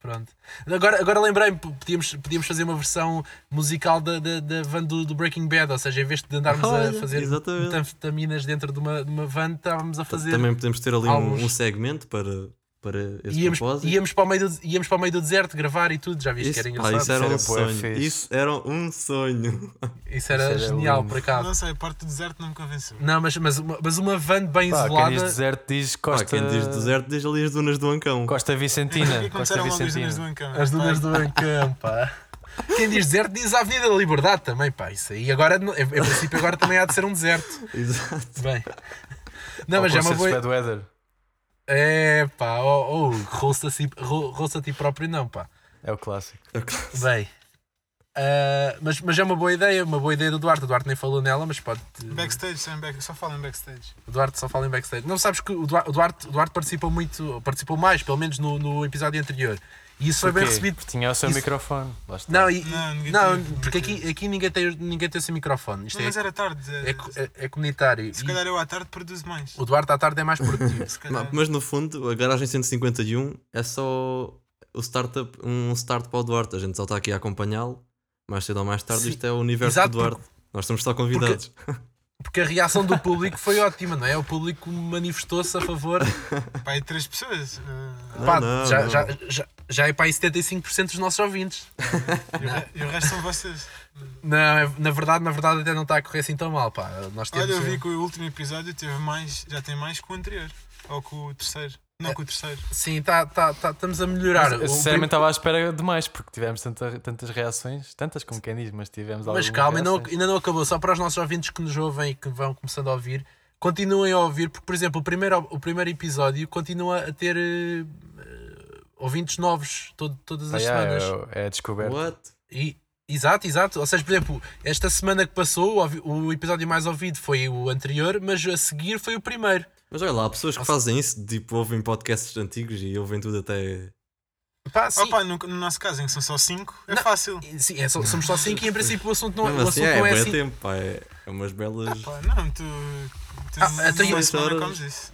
S2: Pronto. Agora, agora lembrei-me, p- podíamos, podíamos fazer uma versão musical da, da, da van do, do Breaking Bad, ou seja, em vez de andarmos
S3: Olha,
S2: a fazer
S3: exatamente.
S2: metanfetaminas dentro de uma, de uma van, estávamos a fazer.
S3: Também podemos ter ali um,
S2: alguns-
S3: um segmento para, para esse
S2: íamos,
S3: propósito.
S2: íamos, para o meio do, íamos para o meio do deserto gravar e tudo, já viste
S3: Isso,
S2: que era
S3: pá,
S2: engraçado.
S3: isso era um
S1: Isso era bué
S3: sonho.
S1: fixe.
S3: Isso era um sonho.
S2: Isso era
S1: isso era
S2: genial,
S3: um
S1: lindo.
S2: por acaso.
S4: Não sei, a parte do deserto não me convenceu.
S2: Não, mas, mas, uma, mas uma van bem
S1: Pá, quem
S2: isolada.
S1: diz deserto diz
S3: Pá,
S1: Costa,
S3: quem diz deserto diz ali as dunas do Ancão.
S1: Costa
S4: O que
S2: [LAUGHS]
S1: Vicentina. né? Costa
S4: aconteceram logo as dunas do
S1: Vicentina.
S4: Ancão?
S2: As dunas
S4: Pá,
S2: do Ancão, pá. Quem diz deserto diz a Avenida da Liberdade também, pá. Isso aí agora, não- em em princípio, agora também há de ser um deserto.
S3: [LAUGHS] Exato.
S2: Bem. Não,
S1: Ou
S2: mas já é uma
S1: Concerts
S2: boa.
S1: Bad Weather.
S2: É pá, ou oh, oh, roast a si- ro- roast a ti próprio, não, pá.
S1: É o clássico.
S2: Bem. ah, mas, mas é uma boa ideia, uma boa ideia do Duarte. O Duarte nem falou nela, mas pode.
S4: Backstage, só, em back- só falam em backstage.
S2: O Duarte só fala em backstage. Não sabes que o Duarte, o Duarte, o Duarte participou muito, participou mais, pelo menos no, no episódio anterior. E isso foi bem
S1: Porquê?
S2: recebido.
S1: Porque Tinha o seu
S2: Isso-
S1: microfone. Lá está.
S2: Não, e-
S4: Não, ninguém
S2: não,
S4: teve,
S2: porque
S4: ninguém
S2: aqui, aqui ninguém, tem, ninguém tem o seu microfone. Isto
S4: Não,
S2: é,
S4: mas era tarde.
S2: é, co- é- é comunitário.
S4: Se
S2: E
S4: calhar eu à tarde produzo mais.
S2: o Duarte à tarde é mais produtivo.
S4: Se calhar.
S3: Mas no fundo, a garagem 151 é só o startup, um start para o Duarte. A gente só está aqui a acompanhá-lo. Mais cedo ou mais tarde,
S2: Sim.
S3: isto é o universo
S2: Exato,
S3: do Duarte. Nós estamos só convidados.
S2: porque a reação do público foi ótima, não é? O público manifestou-se a favor
S4: Pá, e três pessoas. eh,
S3: Não,
S1: Ah,
S2: Pá,
S3: não,
S2: já,
S3: não.
S2: Já, já, já é para aí 75% dos nossos ouvintes.
S4: e o re- e o resto são vocês.
S2: Não, é- na verdade, na verdade até não está a correr assim tão mal, pá. Nós [LAUGHS] temos
S4: Olha, eu
S2: eh,
S4: vi que o último episódio teve mais, já tem mais que o anterior. Ou que o terceiro.
S2: É,
S4: Não, que o terceiro.
S2: Sim, tá, tá, tá- estamos a melhorar.
S1: Eu
S2: O
S1: sinceramente
S2: prim-
S1: estava à espera demais, porque tivemos tanta- tantas reações, tantas como quem diz, mas tivemos
S2: Mas
S1: algumas
S2: calma, ainda não,
S1: reações.
S2: ainda não acabou. Só para os nossos ouvintes que nos ouvem e que vão começando a ouvir, continuem a ouvir, porque, por exemplo, o primeiro, o primeiro episódio continua a ter eh, eh, ouvintes novos todo- todas
S1: Ah,
S2: as
S1: yeah,
S2: semanas.
S1: é, é descoberto.
S3: What?
S2: E- exato, exato. Ou seja, por exemplo, esta semana que passou, o ouvi- o episódio mais ouvido foi o anterior, mas a seguir foi o primeiro.
S3: Mas olha lá, há pessoas que fazem isso, tipo, ouvem podcasts antigos e ouvem tudo até.
S2: Pá, sim.
S4: Opa, no, no nosso caso, em que são só cinco, é fácil.
S2: Sim, é só- somos só 5 e em princípio o assunto não,
S3: Mesmo
S2: o
S3: assim,
S2: assunto
S3: é,
S2: não é
S3: bué
S2: assim.
S3: tempo, pá. É, é umas belas.
S4: Pá, não, tu. tu
S2: Ah,
S4: numa
S2: então eu-
S4: semana
S2: [LAUGHS]
S4: comes isso.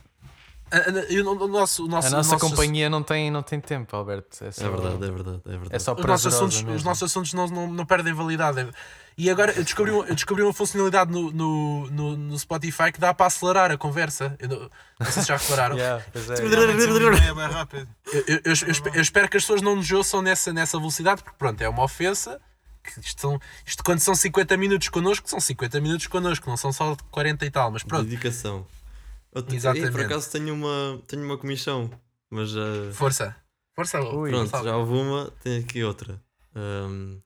S2: A- a- e o- o nosso- o nosso-
S1: A nossa
S2: o nosso-
S1: companhia não tem, não tem tempo, Alberto. É, só,
S3: É verdade, é verdade, é verdade.
S1: é só
S2: Os nossos,
S1: prazerosa
S2: assuntos,
S1: mesmo.
S2: os nossos assuntos não, não, não perdem validade. E agora eu descobri, um- eu descobri uma funcionalidade no, no, no, no Spotify que dá para acelerar a conversa. Eu não, não sei se já repararam.
S1: [LAUGHS] Yeah, pois é.
S4: Realmente,
S3: [LAUGHS]
S4: é uma ideia bem rápido.
S2: Eu, eu- eu- eu espe- eu espero que as pessoas não nos ouçam nessa, nessa velocidade, porque pronto, é uma ofensa. Que isto, são, isto quando são 50 minutos connosco, são 50 minutos connosco, não são só 40 e tal, mas pronto,
S3: Dedicação. Eu te-
S2: Exatamente.
S3: Ei, por acaso tenho uma, tenho uma comissão, mas ah,
S2: força. Força,
S1: Ui.
S3: pronto,
S2: Gonçalo.
S3: já houve uma, tenho aqui outra. Ahm,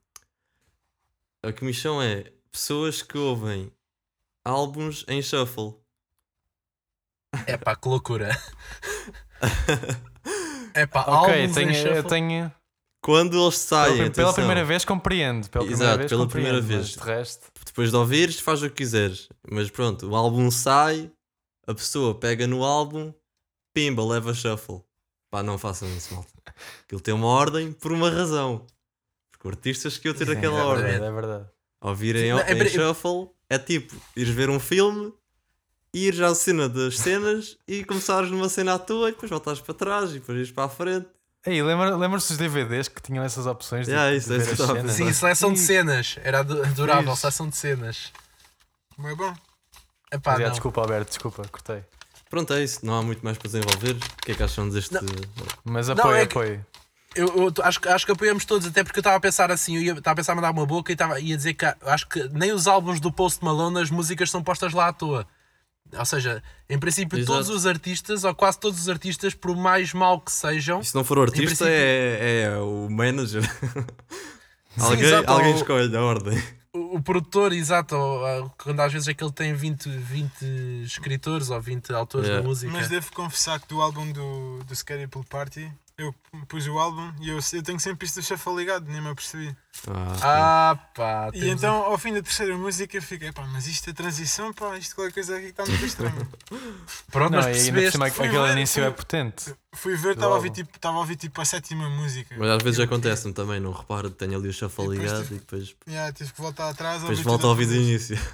S3: a comissão é pessoas que ouvem álbuns em shuffle.
S2: É pá, que loucura.
S1: [LAUGHS]
S2: É pá,
S1: Ok,
S2: álbuns em
S1: tenho, eu
S2: shuffle.
S1: tenho.
S3: Quando eles
S1: Pela,
S3: saem,
S1: prim- pela
S3: atenção,
S1: primeira vez compreendo. Pela primeira
S3: Exato,
S1: vez
S3: pela
S1: compreendo,
S3: primeira vez.
S1: mas de resto.
S3: depois de ouvires, faz o que quiseres. Mas pronto, o álbum sai, a pessoa pega no álbum, pimba, leva shuffle. Pá, não façam isso, malta. Aquilo tem uma ordem por uma razão. Porque o artista escolheu ter aquela
S1: é
S3: ordem.
S1: verdade, é verdade.
S3: Ouvirem
S2: Não,
S3: em,
S2: é
S3: em
S2: pra-
S3: shuffle é tipo ires ver um filme, ires à cena das cenas e começares numa cena à toa e depois voltares para trás e depois ires para a frente.
S1: Aí, lembra- lembra-se dos DVDs que tinham essas opções de,
S3: Yeah, isso,
S1: de
S3: é
S1: ver
S3: isso
S1: as
S3: que eu tava a
S1: cenas?
S3: pensar.
S2: Sim, seleção de
S1: Ih.
S2: cenas. Era ado- adorável,
S1: Fiz.
S2: seleção de cenas.
S4: Mas é bom.
S2: É pá,
S1: Mas, yeah,
S2: não.
S1: desculpa, Alberto, desculpa, cortei.
S3: Pronto, é isso. Não há muito mais para desenvolver. O que é que acham deste.
S1: Mas
S2: Não,
S1: apoio,
S2: é que-
S1: apoio.
S2: Eu, eu t- acho, que- acho que apoiamos todos, até porque eu estava a pensar assim, eu ia- estava a pensar em mandar uma boca e estava, ia dizer que há- acho que nem os álbuns do Post Malone as músicas são postas lá à toa. Ou seja, em princípio,
S3: Exato.
S2: todos os artistas, ou quase todos os artistas, por mais mal que sejam,
S3: E se não for o artista,
S2: princípio-
S3: é, é o manager. alguém
S2: exato,
S3: alguém
S2: ou-
S3: escolhe a ordem.
S2: o, o produtor, exato, ou, ah, quando às vezes é que ele tem 20, 20 escritores ou 20 autores
S3: Yeah.
S2: de música.
S4: Mas devo confessar que do álbum do, do Scary Pool Party, Eu pus o álbum e eu, eu tenho sempre isto do shuffle ligado, nem me apercebi.
S3: Ah,
S2: Ah, pá.
S4: E
S2: temos-
S4: então, ao fim da terceira música, eu fiquei, pá, mas isto é transição, pá, isto qualquer coisa aqui está muito estranho.
S2: Pronto,
S1: Não,
S2: mas
S1: e ainda por
S2: percebeste.
S1: cima
S4: Fui
S1: aquele
S4: ver,
S1: início
S4: fui-
S1: é potente.
S4: Fui ver, estava a ouvir
S1: Logo.
S4: tipo, estava a ouvir tipo a sétima música.
S3: Mas às vezes
S4: Eu-
S3: acontece-me também, não reparo, tenho ali o shuffle
S4: E depois
S3: ligado
S4: tu-
S3: e depois,
S4: Yeah, tive que voltar atrás.
S3: depois
S4: ouvir
S3: volto
S4: tudo
S3: ao
S4: outra
S3: vídeo do
S4: vez.
S3: início.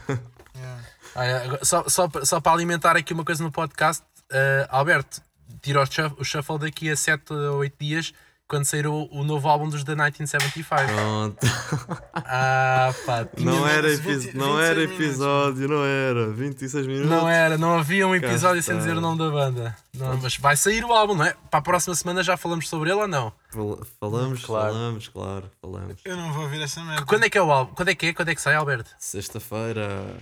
S4: Yeah.
S2: Olha, Ah, é, agora, só, só, pa- só para alimentar aqui uma coisa no podcast, eh, Alberto, tira o shuff- o shuffle daqui a 7 ou 8 dias, quando sair o, o novo álbum dos The 1975.
S3: Pronto.
S2: Ah, pá. tinha-
S3: Não
S4: menos
S3: era,
S4: 20
S3: epi- não era
S4: 26 minutos.
S3: episódio, não era. 26
S4: é
S3: minutos.
S2: Não era, não havia um episódio sem
S3: está.
S2: dizer o nome da banda. Não, mas vai sair o álbum, não é? Para a próxima semana já falamos sobre ele ou não?
S3: Fal- Falamos,
S1: Claro.
S3: falamos, claro, falamos.
S4: Eu não vou ouvir essa merda.
S2: Quando é que é o álbum? Quando é que é? Quando é que sai, Alberto?
S3: Sexta-feira.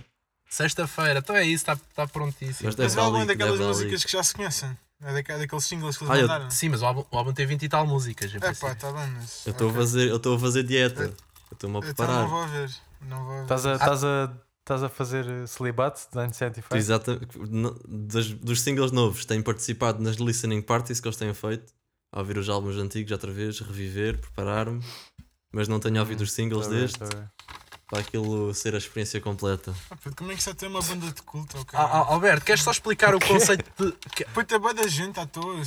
S2: Sexta-feira. Então é isso, está tá prontíssimo.
S3: Mas deve
S4: Mas o álbum
S3: dar
S4: é
S3: leak,
S4: daquelas
S3: deve dar
S4: músicas
S3: leak.
S4: que já se conhecem. É daquela- daqueles singles que eles
S3: Ah, eu-
S4: mandaram.
S2: Sim, mas o álbum, o álbum tem 20 e tal músicas. em
S4: É
S2: princípio.
S4: pá, está bem, mas.
S3: Eu estou a
S4: ok.
S3: fazer, eu estou a fazer dieta. Eu estou-me a
S4: Então não
S3: preparar.
S4: vou ver. Não vou ver.
S1: Estás
S2: Ah.
S1: a, estás a, estás a fazer eh, celibato de 1975?
S3: Exata, no- dos, dos singles novos, tenho participado nas listening parties que eles têm feito, a ouvir os álbuns antigos outra vez, reviver, preparar-me, mas não tenho ouvido os singles
S1: Tá bem,
S3: deste
S1: tá bem.
S3: para aquilo ser a experiência completa. [LAUGHS]
S4: Ah, puto, como é que só tem uma banda de culto? ok?
S2: Ah, ah, Alberto, queres só explicar o conceito de. que-
S4: Puta, é bué da gente à toa.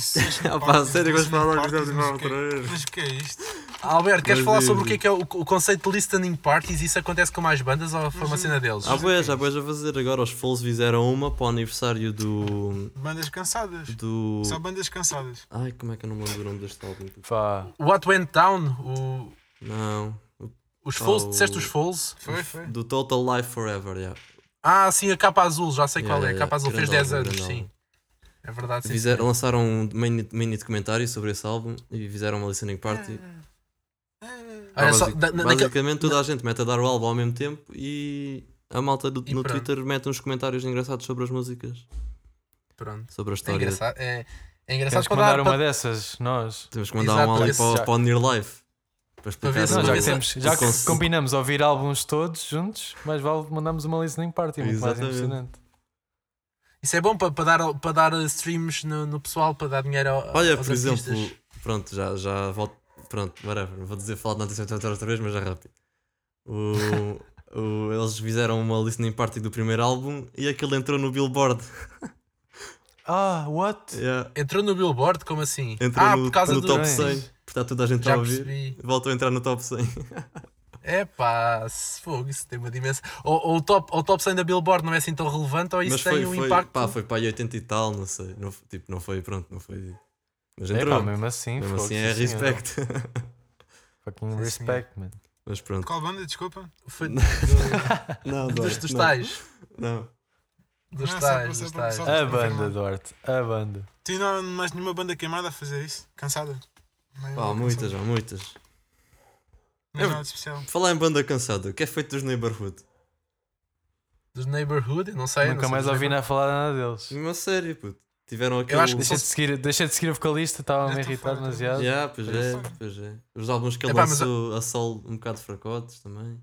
S3: Ah, pá, sério, mas fala lá que já tive a outra vez.
S4: Mas o que é isto?
S2: Alberto, queres
S3: Mas
S2: falar
S3: diz,
S2: sobre o que é,
S3: diz.
S2: que é o, o conceito de listening parties? Isso acontece com mais bandas ou
S3: Uhum.
S2: foi uma cena deles?
S3: Há boas, há boas a fazer. Agora os Fools fizeram uma para o aniversário do.
S4: Bandas
S3: [LAUGHS]
S4: cansadas.
S3: do.
S4: Só bandas cansadas.
S3: Ai, como é que eu não me lembro o nome deste álbum?
S1: Pá,
S2: What Went Down? O,
S3: Não.
S2: os Falls?
S3: Oh.
S2: Disseste os Falls?
S4: Foi, foi.
S3: Do Total Life Forever, yeah.
S2: Ah, sim, a capa azul, já sei
S3: Yeah,
S2: qual é.
S3: yeah,
S2: A capa azul fez
S3: grande
S2: 10
S3: álbum,
S2: anos,
S3: grande
S2: sim.
S3: álbum.
S2: É verdade, sim.
S3: Fizeram, lançaram um mini, mini documentário sobre esse álbum e fizeram uma listening party.
S2: Ah. Olha
S3: Ah,
S2: é só,
S3: basic-
S2: da- na- naquele-
S3: basicamente toda a gente mete a dar o álbum ao mesmo tempo e a malta do-
S2: E
S3: no
S2: pronto.
S3: Twitter mete uns comentários engraçados sobre as músicas,
S2: Pronto.
S3: sobre
S2: É
S3: a história.
S2: engraçado. É, é engraçado
S1: temos que
S2: para dar-
S1: mandar
S2: para-
S1: uma dessas, nós.
S3: Temos que mandar um
S2: Exato,
S3: álbum
S2: esse
S3: para,
S1: já-
S3: o- para o Near Life. Para explicar
S2: ver se
S3: o-
S1: Não,
S2: Mas
S1: já que,
S2: isso-
S1: temos, já
S3: o
S1: que
S3: conce-
S1: combinamos ouvir álbuns todos juntos, mais vale mandarmos uma listening party, muito mais
S3: Exatamente.
S1: impressionante.
S2: Isso é bom para, para, dar, para dar eh, streams no, no pessoal, para dar dinheiro ao,
S3: Olha,
S2: aos
S3: por exemplo,
S2: artistas.
S3: pronto, já, já volto. Pronto, whatever. Não vou dizer falar de Notícia outra outra vez, mas é rápido.
S2: [LAUGHS]
S3: O- o- eles fizeram uma listening party do primeiro álbum e aquele entrou no Billboard.
S1: Ah, what?
S3: Yeah.
S2: Entrou no Billboard, como assim?
S3: Entrou
S2: ah,
S3: no,
S2: por causa
S3: no
S2: do.
S3: top
S1: Sim.
S3: 100. Portanto, toda a gente está
S2: Já
S3: a ouvir.
S2: percebi.
S3: Voltou a entrar no top 100.
S2: É pá, se fogo, isso tem uma dimensão. Ou, ou o top, ou o top 100 da Billboard não é assim tão relevante, ou isso
S3: mas
S2: tem
S3: foi,
S2: um
S3: foi,
S2: impacto.
S3: pá, foi para aí 80 e tal, não sei. Não, f- tipo, não foi, pronto, não foi. Mas
S1: É,
S3: entrou.
S1: pá, mesmo assim,
S3: Mesmo
S1: fogo,
S3: assim é
S1: sim, senhor.
S3: respect. [LAUGHS]
S1: Fucking
S2: Sim,
S1: respect, man.
S3: mas
S2: [LAUGHS]
S3: pronto.
S4: Qual banda? Desculpa.
S2: Foi
S3: Não, [LAUGHS] Não,
S2: do- dos,
S3: Duarte,
S2: dos
S3: não,
S2: tais.
S3: Não.
S2: Dos
S4: Não, só para-
S2: tais,
S4: só
S2: dos
S4: para-
S2: tais.
S4: só para-
S1: A
S4: Confirmado.
S1: banda, Duarte, a banda.
S4: Tu não há mais nenhuma banda queimada a fazer isso? Cansada? Mais
S3: Pá,
S4: uma
S3: muitas,
S4: cansada.
S3: há muitas.
S4: Não é nada de especial.
S3: Falar em banda cansada, o que é feito dos Neighborhood?
S2: Dos Neighborhood, eu não sei. não
S1: Nunca
S2: sei
S1: mais
S2: dos
S1: ouvi nada falar nada deles.
S3: Uma série, puto. Tiveram aquele.
S2: acho que
S1: Deixei de seguir, deixei de seguir a vocalista, estava-me
S4: Já
S1: a
S4: estou
S1: irritar
S4: fora,
S1: demasiado.
S3: Yeah, pois
S1: Por
S3: é,
S4: isso.
S3: pois é. Os álbuns que ele
S2: Epá, mas
S3: lançou a Sol um bocado fracotes também.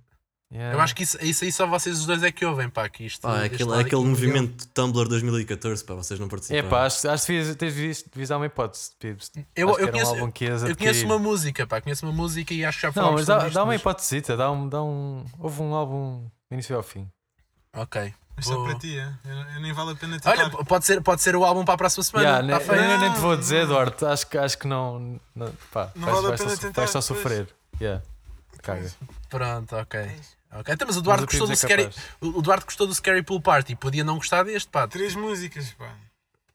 S1: Yeah.
S2: Eu acho que isso, isso aí só vocês os dois é que ouvem, pá, que isto.
S3: Pá, é
S2: deste
S3: aquele,
S2: lado
S3: é aquele
S2: aqui-
S3: movimento Tumblr 2014, pá, vocês não
S1: É
S3: participaram.
S1: pá, acho, acho que devias- tens visto- devias dar uma hipótese, Pibes.
S2: Eu,
S1: Acho que
S2: eu,
S1: era
S2: conheço,
S1: um álbum que ias
S2: eu conheço
S1: adquirir.
S2: uma música, pá, conheço uma música e acho que já
S1: Não,
S2: falámos
S1: mas dá,
S2: sobre isto,
S1: dá uma
S2: mas-
S1: hipótese, dá um, dá um. Houve um álbum do início ao fim.
S2: Ok.
S4: Mas só
S2: Vou-
S4: para ti, é? Eu, eu nem vale a pena tentar.
S2: Olha, pode ser, pode ser o álbum para a próxima semana.
S1: é Yeah, né,
S2: tá
S1: nem,
S2: feito.
S1: nem- nem te vou
S4: Não,
S1: dizer,
S4: não.
S1: Duarte. Acho que, acho que não. não pá,
S4: Não
S1: vais,
S4: vale a
S1: vais só,
S4: pena
S1: su-
S4: tentar,
S1: vais só
S4: pois.
S1: sofrer. Yeah. Caga.
S2: Pronto, ok. ok. Então, mas o
S1: Mas
S2: Duarte
S1: o
S2: gostou do
S1: Pibes é
S2: Scary.
S1: capaz.
S2: O o Duarte gostou do Scary Pool Party. Podia não gostar deste, pá.
S4: Três músicas, pá.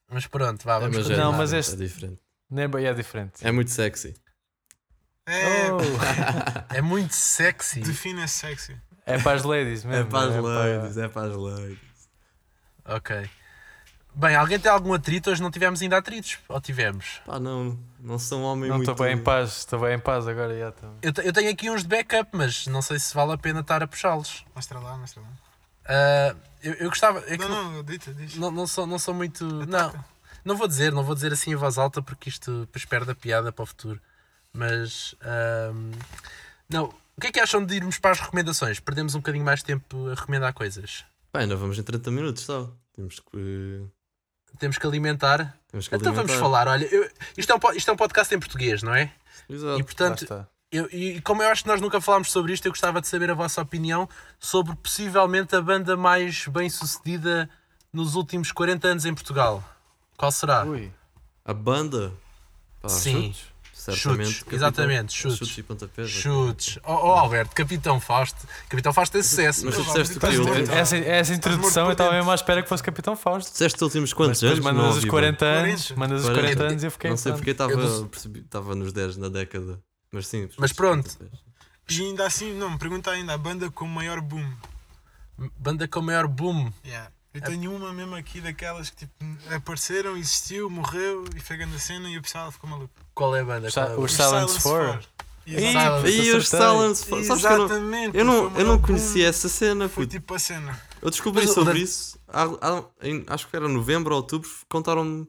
S2: Mas pronto, vá,
S3: É,
S2: vamos
S3: mas é,
S1: Não,
S2: continuar.
S1: mas
S3: diferente,
S1: este-
S3: é diferente.
S1: Neighbor- É diferente.
S3: É muito sexy.
S4: É,
S1: Oh,
S2: É muito sexy.
S4: defina sexy.
S1: é para as ladies
S3: É
S1: mesmo.
S3: para as
S1: para-
S3: ladies, é para as ladies.
S2: Ok. Bem, alguém tem algum atrito? Hoje não tivemos ainda atritos. Ou tivemos?
S3: Pá, não, não sou um homem
S1: Não
S3: muito.
S1: estou bem em paz, estou bem em paz agora. já estou.
S2: Eu, te- eu tenho aqui uns de backup, mas não sei se vale a pena estar a puxá-los.
S4: Mostra lá, mostra lá.
S2: Ah, eu, eu gostava. é que
S4: Não,
S2: não,
S4: não, dita, diz.
S2: não, não sou, não sou muito. Não, não vou dizer, não vou dizer assim em voz alta porque isto depois perde a piada para o futuro. Mas. ahm, não, o que é que acham de irmos para as recomendações? Perdemos um bocadinho mais tempo a recomendar coisas.
S3: Pá, ainda vamos em 30 minutos só. Temos que.
S2: Temos que alimentar.
S3: Temos que
S2: Então vamos
S3: alimentar.
S2: falar, olha, eu- isto, é um, po- isto é um podcast em português, não é?
S3: Exato.
S2: E
S1: Lá
S2: portanto,
S1: está.
S2: eu- e como eu acho que nós nunca falámos sobre isto, eu gostava de saber a vossa opinião sobre possivelmente a banda mais bem sucedida nos últimos 40 anos em Portugal. Qual será?
S1: Ui.
S3: A banda. Pá,
S2: Sim.
S3: Chutes, certamente.
S2: Chutes, exatamente, chutes.
S3: é e pontapés.
S2: Chutes. Oh, oh, Alberto, Capitão Fausto. Capitão Fausto tem sucesso.
S3: Mas tu
S2: meu.
S3: disseste o quê?
S4: Estás
S3: O-
S4: doido?
S1: é Essa, essa introdução eu
S4: morto por
S1: estava
S4: dentro.
S1: mesmo à espera que fosse Capitão Fausto.
S3: Disseste os últimos
S1: Mas
S3: quantos
S1: depois
S3: anos?
S1: mandas os
S3: ouvi bem.
S1: 40 anos, mandas os
S3: 40.
S1: 40 anos e eu fiquei.
S3: Não sei
S1: pronto.
S3: porque
S2: Eu não-
S3: estava nos 10 na década. Mas sim.
S2: Mas
S3: chutes e
S2: pronto.
S3: pontapés.
S4: E ainda assim, não, me pergunta ainda a banda com o maior boom.
S2: Banda com o maior boom.
S4: Yeah. Eu
S2: É
S4: tenho uma mesmo aqui daquelas que tipo, apareceram, existiu, morreu e foi grande cena e o pessoal ficou maluco.
S2: Qual é a banda?
S1: Os
S2: Qual é a banda?
S1: Os Silence Four.
S4: Exato.
S2: Silence.
S1: puto,
S3: E os
S1: acertei.
S3: Silence. Fo- Sabes que eu não-
S4: Exatamente.
S3: eu
S4: foi o
S3: não, eu
S4: maior
S3: não
S4: boom.
S3: conhecia essa cena,
S4: Foi
S3: puto.
S4: tipo a cena.
S3: Eu descobri
S2: Mas,
S3: sobre
S2: mas-
S3: isso, há- há- em- acho que era novembro ou outubro, contaram-me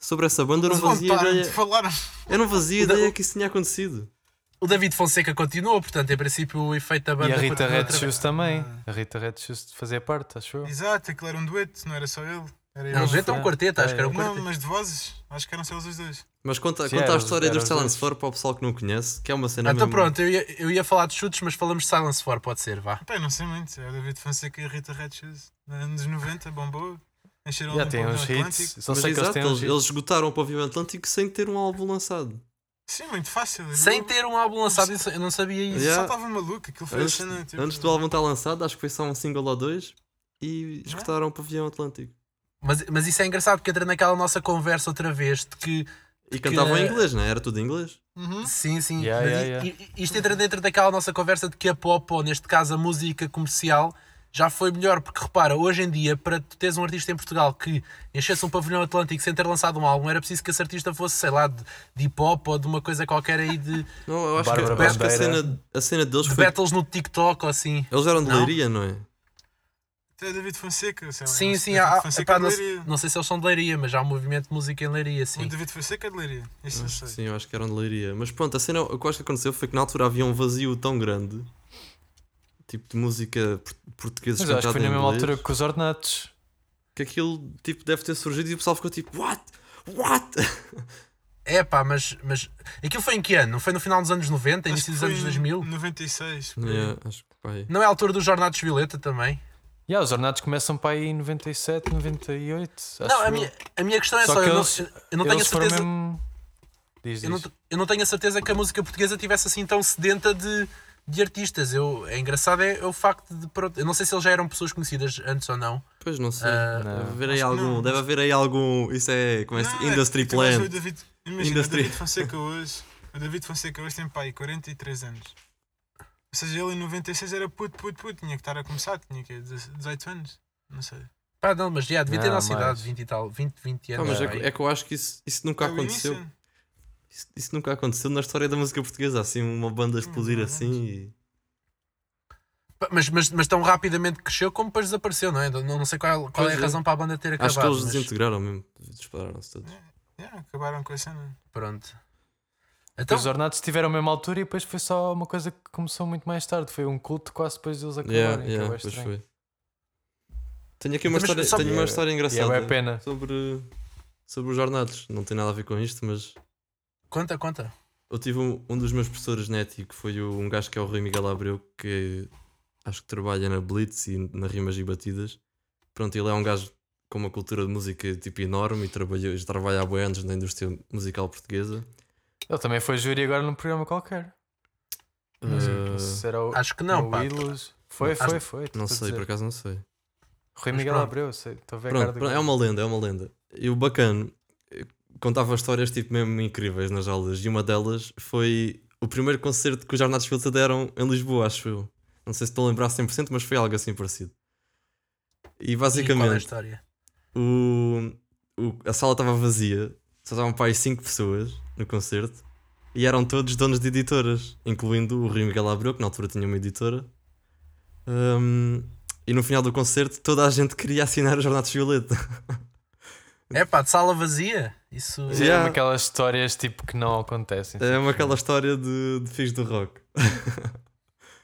S3: sobre essa banda. Eu não fazia
S4: Contaram-te,
S3: ideia,
S4: falaram.
S3: eu não fazia
S2: O da-
S3: ideia que isso tinha acontecido.
S2: O David Fonseca continuou, portanto, em princípio, o efeito da banda.
S1: E a Rita
S2: continua
S1: Red
S2: outra vez.
S1: Shoes também. A Rita Red Shoes fazia parte, acho eu.
S4: Exato, aquilo era um dueto, não era só ele. Era
S2: Não,
S4: ele.
S2: gente, é um quarteto, acho que era um
S4: Não,
S2: quarteto.
S4: mas de vozes, acho que eram só eles os dois.
S3: Mas conta,
S1: Sim,
S3: conta
S1: era
S3: a
S1: os-
S3: história
S1: era
S3: dos
S1: os
S3: Silence
S1: dois.
S3: Four para o pessoal que não conhece, que é uma cena
S2: Ah, então
S3: mesmo-
S2: pronto, eu ia, eu ia falar de chutes, mas falamos de Silence 4, pode ser, vá.
S4: Pai, não sei muito. É o David Fonseca e a Rita Red Shoes. Anos 90, bombou. Encheram
S2: um
S1: Já
S4: o
S1: tem
S4: Pavilhão
S1: uns hits.
S4: Atlântico.
S1: Só
S3: Mas
S1: sei que eles
S3: exato,
S1: têm
S3: eles,
S1: uns hits.
S3: eles esgotaram o pavilhão atlântico sem ter um álbum lançado.
S4: Sim, muito fácil.
S2: Sem
S4: Eu-
S2: ter um álbum lançado, isso- eu não sabia isso.
S4: Eu
S3: Yeah.
S4: só estava maluco. Aquilo foi a
S3: Antes,
S4: cena.
S2: é
S4: Tipo,
S3: antes do álbum estar lançado, acho que foi só um single ou dois e
S2: É?
S4: Já?
S3: esgotaram o pavilhão atlântico.
S2: Mas, mas isso é engraçado porque entra naquela nossa conversa outra vez de que
S3: E cantavam em
S2: eh,
S3: inglês, não é? Era tudo em inglês.
S4: Uhum.
S2: sim, sim,
S1: Yeah,
S2: mas
S1: yeah,
S2: i- i- isto entra dentro daquela nossa conversa de que a pop, ou neste caso a música comercial, já foi melhor, porque repara, hoje em dia, para tu teres um artista em Portugal que enchesse um pavilhão atlântico sem ter lançado um álbum, era preciso que esse artista fosse, sei lá, de, de hip hop ou de uma coisa qualquer aí
S4: [LAUGHS]
S2: de,
S3: Não, eu acho que,
S1: Bárbara
S3: eu acho que a,
S1: Bandeira.
S3: cena, a cena deles
S2: de
S3: foi.
S2: battles no TikTok ou assim.
S3: Eles eram de
S2: Não?
S3: Leiria, não é?
S4: Até David Fonseca. Sei lá,
S2: Sim,
S4: não sei,
S2: sim,
S4: David
S2: há,
S4: Fonseca
S2: epá,
S4: de
S2: não,
S4: Leiria.
S2: não sei se eles são de Leiria, mas há um movimento de música em Leiria,
S4: O
S2: sim.
S4: David Fonseca é de Leiria. Isso eu
S3: Acho que
S4: sei.
S3: sim, eu acho que eram de leiria. Mas pronto, a cena, o que eu acho que aconteceu foi que na altura havia um vazio tão grande, tipo de música por- portuguesa
S1: Mas eu acho que
S3: cantada
S1: foi
S3: em
S1: na mesma
S3: inglês,
S1: altura que os Ornatos.
S3: que aquilo tipo, deve ter surgido e o pessoal ficou tipo, what? What?
S2: É pá, mas, mas aquilo foi em que ano? Foi no final dos anos 90,
S4: Acho
S2: início
S4: que
S2: dos
S4: foi
S2: anos
S4: em
S2: 2000?
S4: 96. por
S3: [LAUGHS]
S4: aí.
S3: É, acho que pai.
S2: Não é a altura dos Jornados Violeta também?
S1: Yeah, os Ornatos começam para aí em 97, 98. Acho
S2: não, a
S1: eu.
S2: minha, a minha questão é
S1: Só
S2: só,
S1: que
S2: eu,
S1: eles-
S2: não, eu não tenho a
S1: Eles foram
S2: certeza.
S1: mesmo. Diz,
S2: Eu não,
S1: diz.
S2: te- eu não tenho a certeza que a música portuguesa tivesse assim tão sedenta de, de artistas. Eu, é engraçado é, é o facto de. pronto, Eu não sei se eles já eram pessoas conhecidas antes ou não.
S3: Pois não sei.
S2: Ah,
S1: não.
S3: deve haver aí
S4: Acho que
S3: algum.
S4: não.
S3: Deve haver aí algum. Isso é. Como é
S4: Não,
S3: que
S4: é,
S3: é? Industry
S4: tu vais ver
S3: Plan.
S4: o David- Imagina,
S3: Industry.
S4: o David Fonseca hoje. O David Fonseca hoje tem pai 43 anos. Ou seja, ele em 96 era puto, puto, puto. Tinha que estar a começar. Tinha que 18 anos. Não sei.
S2: Pá, não, mas já devia ter
S1: Não,
S2: nossa
S1: mais.
S2: idade, 20 e tal, 20, 20
S3: Ah,
S2: anos.
S3: mas é,
S2: pá.
S3: que- é que eu acho que isso, isso nunca
S4: É o
S3: aconteceu.
S4: início.
S3: Isso, isso nunca aconteceu na história da música portuguesa. Assim, uma banda explodir
S4: não,
S3: assim e.
S2: Pá, mas, mas, mas tão rapidamente cresceu como depois desapareceu, não é? Não, não sei qual, qual é a
S3: Pois é.
S2: razão para a banda ter acabado.
S3: Acho que eles
S2: mas-
S3: desintegraram mesmo. Dispararam-se todos.
S4: Yeah, acabaram com a cena.
S2: Pronto.
S1: Então...
S2: Então,
S1: Os Ornatos tiveram a mesma altura e depois foi só uma coisa que começou muito mais tarde. Foi um culto quase depois deles acabarem.
S3: Yeah,
S1: que eu
S3: yeah,
S1: acho
S3: pois
S1: estranho.
S3: foi. Tenho aqui uma
S2: Mas
S3: história,
S2: sabe-
S3: tenho uma história
S1: E é
S3: engraçada
S1: bué pena.
S3: sobre, sobre os jornados. Não tem nada a ver com isto, mas
S2: conta, conta.
S3: eu tive um, um dos meus professores na ETI, que foi o- um gajo que é o Rui Miguel Abreu, que acho que trabalha na Blitz e na Rimas e Batidas. Pronto, ele é um gajo com uma cultura de música tipo enorme e trabalhou, já trabalha há boi anos na indústria musical portuguesa.
S1: Ele também foi júri agora num programa qualquer.
S3: Eh,
S1: Não sei se era o-
S2: Acho que
S1: no
S2: não, pá.
S1: Ídolos. Foi,
S2: Acho-
S1: foi, foi. estou
S3: não
S1: a
S3: sei,
S1: dizer.
S3: por acaso não sei.
S1: Rui
S2: Mas
S1: Miguel
S2: pronto.
S1: Abreu, sei. Estou a ver a
S3: Pronto,
S1: cara do
S3: pronto, é uma lenda, é uma lenda. E o bacana eh, contava histórias tipo mesmo incríveis nas aulas, e uma delas foi o primeiro concerto que os Jornados Filta deram em Lisboa, acho eu. Não sei se estou a lembrar 100%, mas foi algo assim parecido.
S2: E qual é
S3: E
S2: a
S3: basicamente,
S2: história?
S3: o, o- a sala estava vazia, só estavam para aí 5 pessoas no concerto, e eram todos donos de editoras, incluindo o Rui Miguel Abreu, que na altura tinha uma editora. Hum, e no final do concerto, toda a gente queria assinar os Jornados Violeta.
S2: É pá, de sala vazia. Isso.
S1: É
S3: Yeah.
S1: uma daquelas histórias tipo que não acontecem.
S3: É uma aquela história de, de Filhos do Rock.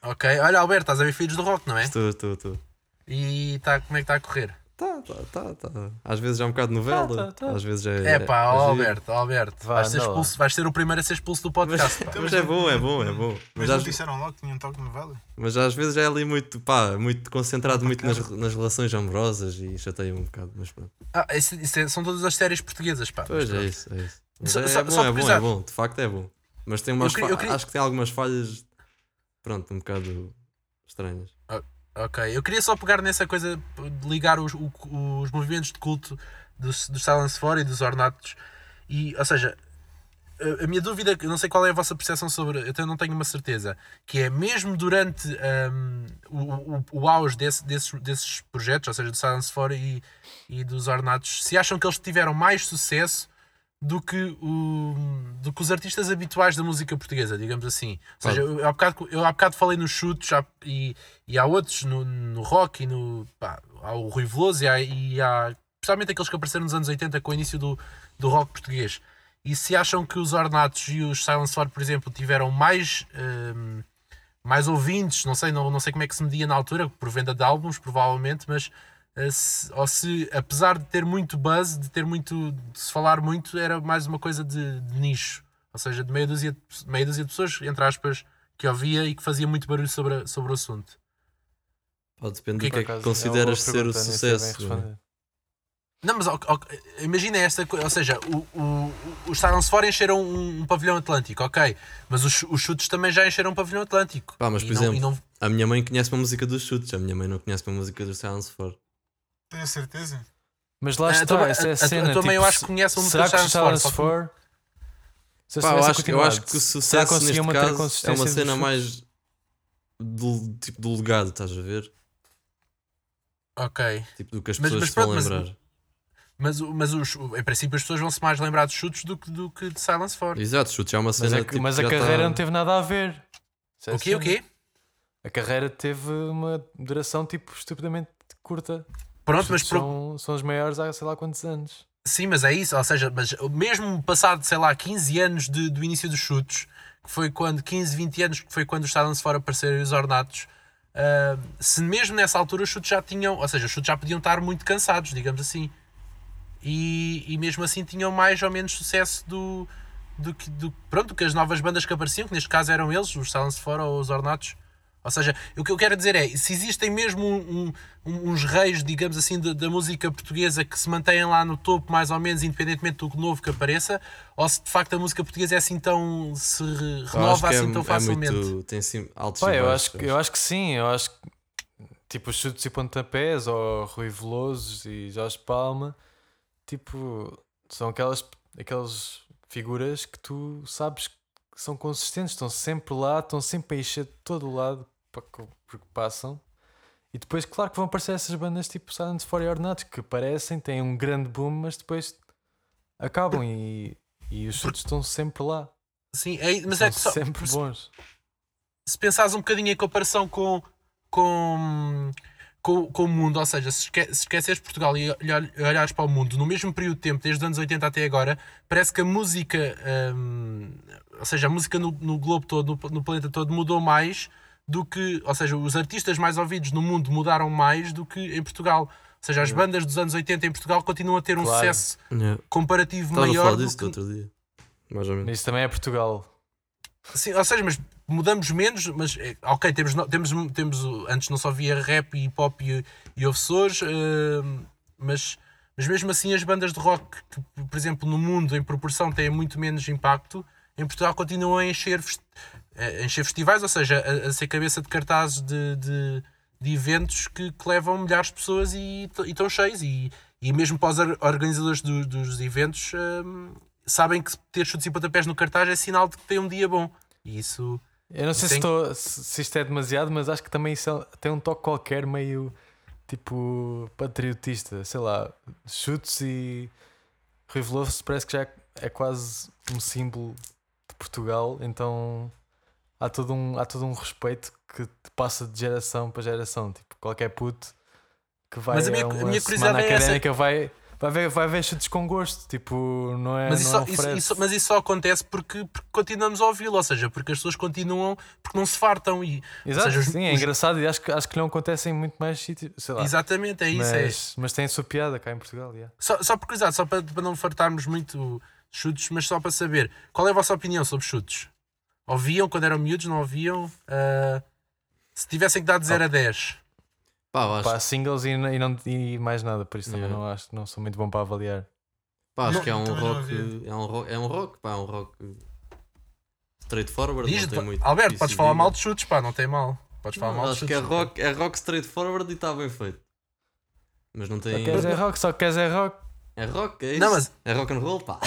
S2: Ok, olha, Alberto, estás a ver Filhos do Rock, não é?
S3: Estou, estou, estou.
S2: E tá, como é que está a correr?
S3: Tá, tá, tá, tá. Às vezes já é um bocado novela,
S1: Tá, tá, tá.
S3: às vezes já é.
S2: É pá,
S3: é
S2: ó,
S3: giro.
S2: Alberto, ó, Alberto,
S1: Vá,
S2: vais ser,
S1: anda lá.
S2: expulso, vais ser o primeiro a ser expulso do
S3: [LAUGHS] Mas, [LAUGHS]
S2: podcast. pá.
S3: mas é bom, é bom, é bom.
S4: Mas
S3: Mas
S4: não
S3: às,
S4: disseram logo que tinham toque de novela?
S3: mas às vezes já é ali muito, pá, muito concentrado muito nas, nas relações amorosas e chateia-me um bocado, mas pronto.
S2: Ah, isso- isso é- são todas as séries portuguesas, pá. Mas
S3: Pois é
S2: pronto.
S3: isso, é isso. Mas
S2: Só-
S3: é,
S2: só-
S3: bom,
S2: só
S3: é bom, é
S2: precisar-
S3: bom, de facto é bom. Mas tem umas
S2: Eu queria- eu
S3: fa-
S2: queria-
S3: acho que tem algumas falhas, pronto, um bocado estranhas.
S2: Ok, eu queria só pegar nessa coisa p- de ligar os, o- os movimentos de culto dos, dos Silence 4 e dos Ornatos. E, ou seja, a, a minha dúvida, eu não sei qual é a vossa percepção sobre, eu até não tenho uma certeza, que é mesmo durante hum, o, o, o auge desse- desses, desses projetos, ou seja, do Silence 4 e, e dos Ornatos, se acham que eles tiveram mais sucesso do que, o, do que os artistas habituais da música portuguesa, digamos assim. Ou seja, eu, eu há bocado, eu há bocado falei nos chutes há- e, e há outros no, no rock e no. Pá, há o Rui Veloso e há, e há. Principalmente aqueles que apareceram nos anos 80 com o início do, do rock português. E se acham que os Ornatos e os Silence War, por exemplo, tiveram mais. hum, mais ouvintes, não sei, não, não sei como é que se media na altura, por venda de álbuns, provavelmente, mas eh, se- ou se, apesar de ter muito buzz, de ter muito, de se falar muito, era mais uma coisa de, de nicho, ou seja, de meia dúzia de, pe- meia dúzia de pessoas, entre aspas, que ouvia e que fazia muito barulho sobre, a- sobre o assunto.
S3: Pá, depende do
S1: Por
S3: que é que
S1: acaso,
S3: consideras
S1: é uma
S3: ser
S1: boa
S3: o
S1: pergunta, nem sei bem
S3: sucesso. não é?
S1: responder.
S2: Não, mas ok, ok, imagina esta coisa, ou seja, o, o, o- os Silence Four encheram um, um pavilhão atlântico, ok, mas os, os chutes também já encheram um pavilhão atlântico.
S3: Pá, mas,
S2: E
S3: por
S2: não-
S3: exemplo,
S2: e não-
S3: A minha mãe conhece uma música dos chutes, a minha mãe não conhece uma música dos Silence For.
S4: Tenho certeza.
S1: Mas lá
S2: A
S1: está,
S2: tua-
S1: essa é
S2: a-
S1: a
S2: a
S1: cena.
S2: tua mãe eu
S1: tipo,
S2: acho que conhece uma música
S1: será
S2: de
S1: que
S2: Charles
S1: se Charles
S2: Ford,
S1: Ford. Se
S3: Pá, eu
S1: tivesse
S3: acho, eu
S1: continuado,
S3: acho que o
S1: será
S3: sucesso
S1: conseguiam
S3: neste
S1: manter a
S3: caso é
S1: consistência
S3: uma
S1: dos
S3: cena
S1: chutes?
S3: mais do, tipo do legado, estás a ver?
S2: Ok.
S3: Tipo do que as
S2: Mas-
S3: pessoas
S2: mas
S3: se vão
S2: pronto, mas-
S3: lembrar.
S2: Mas, o- mas os, o- em princípio as pessoas vão-se mais lembrar de chutes do que, do que de Silence 4.
S3: Exato, chutes é uma
S1: Mas,
S3: cena.
S1: a,
S3: tipo,
S1: mas
S3: que
S1: a
S3: já tá-
S1: carreira não teve nada a ver. Isso é
S2: O quê? O
S1: cena.
S2: quê?
S1: A carreira teve uma duração tipo estupidamente curta.
S2: Pronto, mas pro-
S1: são, são os maiores há sei lá quantos anos.
S2: sim, mas é isso. Ou seja, mas mesmo passado, sei lá, 15 anos de- do início dos chutes, que foi quando, 15, 20 anos, que foi quando os Silence 4 apareceram e os Ornatos, ah, se mesmo nessa altura os chutes já tinham, ou seja, os chutes já podiam estar muito cansados, digamos assim. E, e mesmo assim tinham mais ou menos sucesso do, do que, do, pronto, que as novas bandas que apareciam, que neste caso eram eles, os Silence Fora ou os Ornatos. Ou seja, o que eu quero dizer é, se existem mesmo um- um- uns reis, digamos assim, da, da música portuguesa que se mantêm lá no topo, mais ou menos, independentemente do novo que apareça, ou se de facto a música portuguesa é assim tão. se re-
S3: Pá, acho
S2: renova
S3: que é-
S2: assim tão facilmente.
S3: É muito, tem sim, altos
S1: Pá,
S3: e
S1: eu,
S3: baixos,
S1: acho, que- eu acho que sim. Eu acho que tipo os chutes e pontapés, ou Rui Veloso e Jorge Palma, tipo, são aquelas, aquelas figuras que tu sabes que são consistentes, estão sempre lá, estão sempre a encher de todo o lado pa- co- porque passam. E depois, claro que vão aparecer essas bandas tipo Silent For Ornatos que aparecem, têm um grande boom, mas depois acabam e, e os chutes estão sempre lá.
S2: Sim, é- mas
S1: são
S2: é que só,
S1: sempre bons.
S2: se pensares um bocadinho em comparação com, com, com, com o mundo, ou seja, se, esque, se esqueceres Portugal e olha- olhares para o mundo no mesmo período de tempo, desde os anos 80 até agora, parece que a música, hum, ou seja, a música no, no globo todo, no, no planeta todo, mudou mais do que, ou seja, os artistas mais ouvidos no mundo mudaram mais do que em Portugal. Ou seja,
S3: Hum.
S2: as bandas dos anos 80 em Portugal continuam a ter um
S1: Claro.
S2: sucesso
S3: Yeah.
S2: comparativo
S3: Estava a
S2: maior
S3: falar
S2: do
S3: disso do
S2: que,
S3: outro dia. Mais ou menos.
S1: Mas isso também é Portugal.
S2: Sim, ou seja, mas mudamos menos, mas eh, ok, temos, no- temos, temos o- antes não só via rap e hip hop e, e offessores, eh, mas, mas mesmo assim as bandas de rock que, por exemplo, no mundo em proporção têm muito menos impacto, em Portugal continuam a encher, fes- a encher festivais, ou seja, a, a ser cabeça de cartazes de, de, de eventos que, que levam milhares de pessoas e t- e estão cheios. E, e mesmo para os or- organizadores do- dos eventos, eh, sabem que ter chutes e pontapés no cartaz é sinal de que tem um dia bom. E isso.
S1: Eu não sei se,
S2: Tem-
S1: estou- se- se isto é demasiado, mas acho que também isso é- tem um toque qualquer meio tipo patriotista, sei lá, chutes e Riveloso parece que já é- é quase um símbolo de Portugal, então há todo um, há todo um respeito que te passa de geração para geração, tipo, qualquer puto que vai
S2: Mas a
S1: a,
S2: minha- a
S1: uma
S2: minha curiosidade
S1: semana
S2: é essa.
S1: académica vai, Vai ver, vai ver chutes com gosto, tipo, não é.
S2: Mas
S1: não
S2: isso, só,
S1: é um
S2: isso-
S1: Fred.
S2: isso- mas isso só acontece porque, porque continuamos a ouvi-lo, ou seja, porque as pessoas continuam, porque não se fartam. E,
S1: Exato,
S2: ou seja, os-
S1: sim, é
S2: os-
S1: engraçado e acho que, acho que não acontece em muito mais sítios, sei lá.
S2: Exatamente, é isso. é-
S1: mas, mas tem a sua piada cá em Portugal, yeah.
S2: Só, só por curiosidade, só para, para não fartarmos muito chutes, mas só para saber, qual é a vossa opinião sobre chutes? Ouviam quando eram miúdos, não ouviam? Ah, se tivessem que dar de 0 a 10,
S3: Pá, eu acho,
S1: Pá, singles e, n- e não, e mais nada, por isso também
S3: Yeah.
S1: não, acho, não sou muito bom para avaliar.
S3: pá, acho
S4: Não,
S3: que é um
S4: também não
S3: rock.
S4: havia.
S3: É um rock, é um rock, pá, é um rock straightforward.
S2: diz
S3: não tem muito
S2: Alberto,
S3: isso
S2: podes falar
S3: de-
S2: mal de chutes, pá, não tem mal. Podes falar
S3: Não,
S2: mal de
S3: acho que
S2: chutes.
S3: é rock, é rock straightforward e está bem feito. Mas não
S1: Só
S3: tem.
S1: queres é rock, só queres é rock.
S3: É rock, é isso.
S2: Não, mas-
S3: É rock and
S2: [LAUGHS]
S3: roll, pá.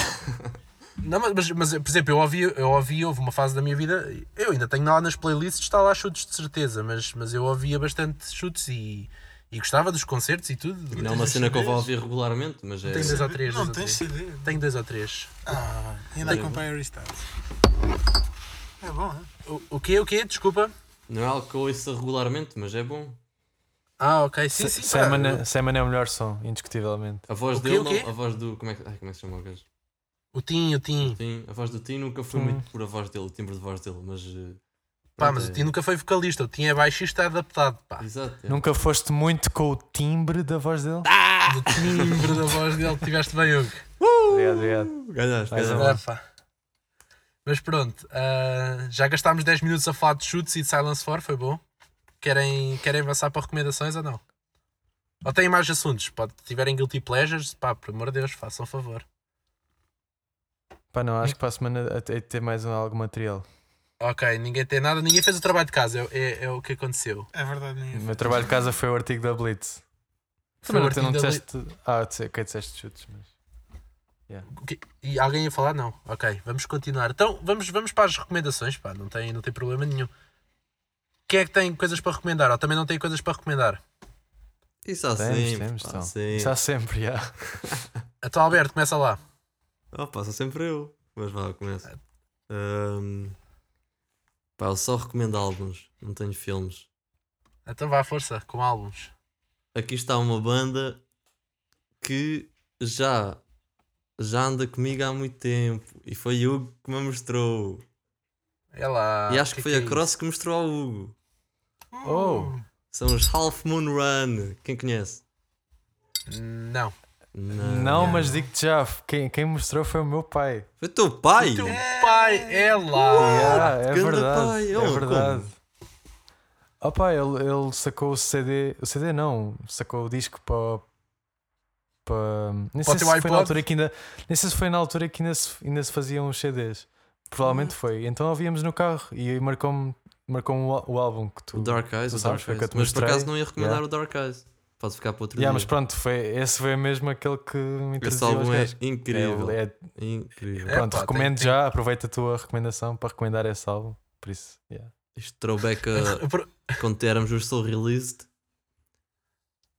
S2: Não, mas- mas, mas, por exemplo, eu ouvi, eu ouvi, houve uma fase da minha vida, eu ainda tenho lá nas playlists, está lá chutes de certeza, mas, mas eu ouvia bastante chutes e, e gostava dos concertos e tudo.
S3: Não é uma
S4: tens
S3: cena que eu vou
S4: CDs?
S3: ouvir regularmente, mas é.
S2: Tens dois ou três,
S4: Não
S2: dois ou
S4: tens
S2: três.
S4: CD.
S2: Tenho dois ou três.
S4: Ah, ainda acompanha o restart. É bom, é?
S2: O, o quê? O quê? Desculpa.
S3: Não é algo que eu ouça regularmente, mas é bom.
S2: Ah, ok, sim, sim. pá.
S1: Semana, Semana é o melhor som, indiscutivelmente.
S3: A voz
S2: O quê,
S3: dele,
S2: o quê?
S3: não, a voz do. Como é que, ai, como é que se chama o gajo?
S2: O Tim, o Tim.
S3: Tim, a voz do Tim nunca fui
S1: Hum.
S3: muito por a voz dele, o timbre de voz dele, mas. eh,
S2: Pá,
S3: pronto,
S2: mas o
S3: é-
S2: Tim nunca foi vocalista, o Tim é baixista adaptado, pá.
S3: [LAUGHS] Exato. é.
S1: Nunca foste muito com o timbre da voz dele?
S2: Ah! Do timbre da voz dele, tiveste bem, Hugo.
S1: Obrigado, obrigado.
S3: Ganhaste,
S1: Mais
S3: ganhaste.
S1: uma.
S2: Ah, pá. Mas pronto, ah, já gastámos 10 minutos a falar de chutes e de Silence 4, foi bom? Querem, querem avançar para recomendações ou não? Ou têm mais assuntos? Pode, se tiverem guilty pleasures, pá, por amor de Deus, façam favor.
S1: Pá, não, acho que para a semana até ter mais um- algum material.
S2: Ok, ninguém tem nada, ninguém fez o trabalho de casa, é, é- é o que aconteceu.
S4: É verdade,
S1: O
S4: ninguém.
S1: meu trabalho de casa foi o artigo da Blitz.
S2: Foi
S1: Também
S2: o
S1: não, tu não
S2: artigo da
S1: disseste. Ah, disse- ok, disseste chutes, mas.
S2: O quê? E alguém ia falar? Não. Ok, vamos continuar. Então vamos, vamos para as recomendações, pá, não tem, não tem problema nenhum. Quem é que tem coisas para recomendar? Ou também não tem coisas para recomendar?
S3: Isso
S2: Ah,
S3: há
S1: Temos,
S3: sempre.
S1: temos,
S3: pá,
S1: então.
S3: sempre.
S1: Está sempre, já.
S2: Então, Alberto, começa lá.
S3: Opa, Oh, sou sempre eu. Mas vá, eu começo. Ahm, Pá, eu só recomendo álbuns, não tenho filmes.
S2: Então vá à força, com álbuns.
S3: Aqui está uma banda que já, já anda comigo há muito tempo. E foi o Hugo que me mostrou.
S2: É lá.
S3: e acho
S2: o
S3: que,
S2: é
S3: foi
S2: é
S3: a Cross que mostrou ao Hugo.
S1: Oh!
S3: São os Half Moon Run. Quem conhece?
S2: isso? Não.
S1: Não, mas digo-te já, quem, quem mostrou foi o meu pai.
S3: Foi teu pai!
S2: Teu pai, é lá.
S1: Yeah, é
S3: ganda
S1: verdade.
S3: Oh, pai.
S1: É
S3: Oh, como?
S1: verdade. Opa, ele, ele sacou o CD. O CD não, sacou o disco para. para nem sei
S2: o teu
S1: se foi
S2: iPod?
S1: na altura que ainda. Nem sei se foi na altura que ainda se, ainda se faziam os CDs.
S3: Uhum.
S1: Provavelmente foi. Então ouvíamos no carro e aí marcou-me marcou o, al- o álbum que tu.
S3: O Dark Eyes,
S1: tu
S3: o
S1: sabes,
S3: Dark
S1: foi o que eu te
S3: Eyes. Mas por
S1: mostrei.
S3: acaso não ia recomendar
S1: Yeah.
S3: o Dark Eyes. Pode ficar para outro
S1: Yeah, mas
S3: dia.
S1: pronto, foi, esse foi mesmo aquele que me
S3: Esse
S1: introduziu. aos
S3: álbum é
S1: gajos.
S3: incrível.
S1: É- é-
S3: Incrível.
S2: É,
S1: pronto,
S2: pá, tem-
S1: recomendo
S2: tem-
S1: já. Aproveita a tua recomendação para recomendar esse álbum. Por isso, yeah.
S3: Isto throwback a
S1: [LAUGHS]
S2: Eu pro-
S3: quando éramos os Soul Released.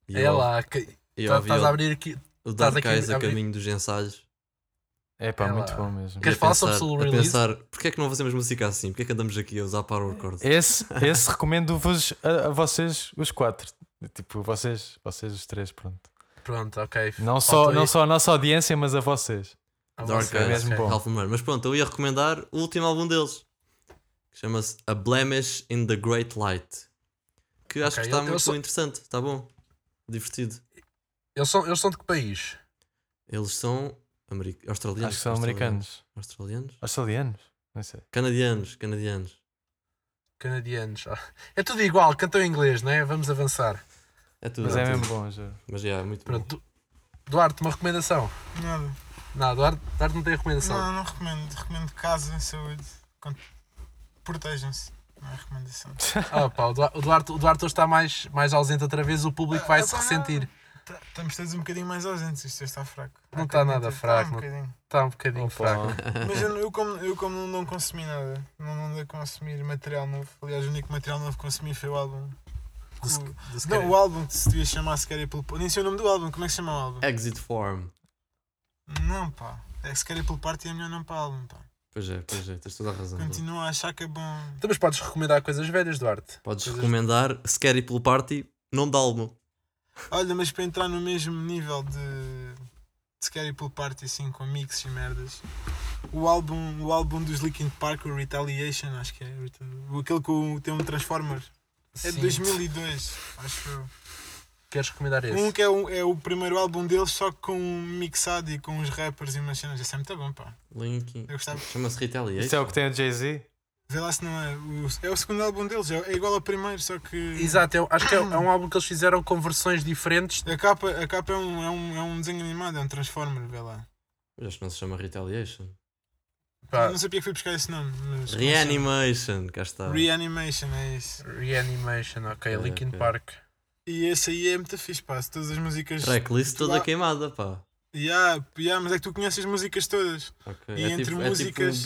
S3: E
S2: É
S3: eu-
S2: lá. que-
S3: e eu
S2: tá-
S3: ouvi
S2: Estás a abrir aqui.
S3: o Dark
S2: estás aqui a
S3: Eyes a
S2: abrir-
S3: caminho dos ensaios.
S1: é pá,
S2: É
S1: muito
S2: lá.
S1: bom mesmo.
S2: Queres
S3: E a
S2: falar sobre
S3: pensar-
S2: Soul
S3: A
S2: Released?
S3: pensar, porque é que não fazemos música assim? Porque é que andamos aqui a usar power chords?
S1: Esse, esse recomendo-vos a, a vocês, os quatro. Tipo, vocês, vocês os três, pronto.
S2: Pronto, ok.
S1: Não só,
S2: Faltou
S1: não
S2: aí.
S1: só a nossa audiência, mas a vocês.
S2: Ah,
S3: Dark
S2: você-
S3: Eyes.
S1: mesmo
S2: ok.
S1: bom.
S3: Ralph Moore. Mas pronto, eu ia recomendar o último álbum deles. Que chama-se A Blemish in the Great Light. Que acho
S2: Ok,
S3: que está
S2: eu- eu
S3: muito
S2: sou-
S3: interessante. Está bom. Divertido.
S2: Eles são, eles são de que país?
S3: Eles são ameri- australianos.
S1: Acho que são
S3: australianos,
S1: americanos.
S3: Australianos?
S1: Australianos? Não sei.
S3: Canadianos, canadianos.
S2: Canadianos. Ah, É tudo igual, cantam em inglês, não é? Vamos avançar.
S3: É tudo.
S1: Mas
S3: é
S1: é
S3: tudo.
S1: mesmo bom, juro.
S3: Mas já, é muito bom.
S2: Pronto. Du- Duarte, uma recomendação?
S3: tá-
S4: Nada.
S2: Não, Duarte, Duarte não tem recomendação.
S4: Não, não recomendo. Recomendo casa, saúde. Con- Protejam-se. Não é recomendação.
S2: Ah, pá, o Duar- o Duarte, o Duarte hoje está mais, mais ausente outra vez, o público vai se
S4: Ah, pá, não.
S2: ressentir.
S4: Tá- Estamos todos um bocadinho mais ausentes. Isto hoje está fraco.
S2: Não está nada fraco, não.
S4: Está um bocadinho.
S2: Está um bocadinho
S1: Opa.
S2: fraco.
S4: Mas eu, eu como, eu como não, não consumi nada, não não ando a consumir material novo. Aliás, o único material novo que consumi foi o álbum.
S2: Do Sc-
S4: O-
S2: do Scary.
S4: não, o álbum que se devia chamar Scary People Party. Nem sei o nome do álbum. Como é que se chama o álbum?
S3: [LAUGHS] Exit Form.
S4: Não, pá. É que Scary People Party é melhor não para álbum, pá.
S3: Pois é, pois é, tens toda a razão. Duarte.
S4: Continuo a achar que é bom.
S2: Então, mas podes recomendar coisas velhas, Duarte.
S3: Podes
S4: é.
S2: Coisas-
S3: recomendar Scary Pool Party, nome de álbum.
S4: Olha, mas para entrar no mesmo nível de sequer ir pelo party assim com mix e merdas. O álbum, o álbum dos Linkin Park, o Retaliation, acho que é. o- Aquele que tem um Transformers. É de
S2: Sim.
S4: 2002, acho eu.
S2: Queres recomendar esse?
S4: Um que é, um- é o primeiro álbum deles, só com um mixado e com uns rappers e umas cenas. Isso é muito bom, pá.
S3: Linkin.
S4: Eu gostava.
S3: Chama-se Retaliation.
S1: Isso é o que tem o Jay-Z?
S4: Vê lá se não é. O, é o segundo álbum deles, é, é igual ao primeiro, só que.
S2: Exato, eu acho que é, é
S4: [CLEARS THROAT]
S2: um álbum que eles fizeram com versões diferentes.
S4: A capa, a capa é, um, é, um, é um desenho animado, é um Transformer, vê lá.
S3: Mas acho que não se chama Retaliation.
S2: Pá,
S4: Eu Não sabia que fui buscar esse nome. Mas
S3: Reanimation, cá está.
S4: Reanimation, é isso.
S2: Reanimation, ok,
S3: É,
S2: Linkin
S3: ok.
S2: Park.
S4: E esse aí é muito fixe, pá. se Todas as músicas.
S3: Tracklist toda
S4: Lá-
S3: queimada, pá.
S4: Yeah, yeah, mas é que tu conheces as músicas todas.
S3: Ok.
S4: E
S3: é
S4: entre
S3: tipo,
S4: músicas-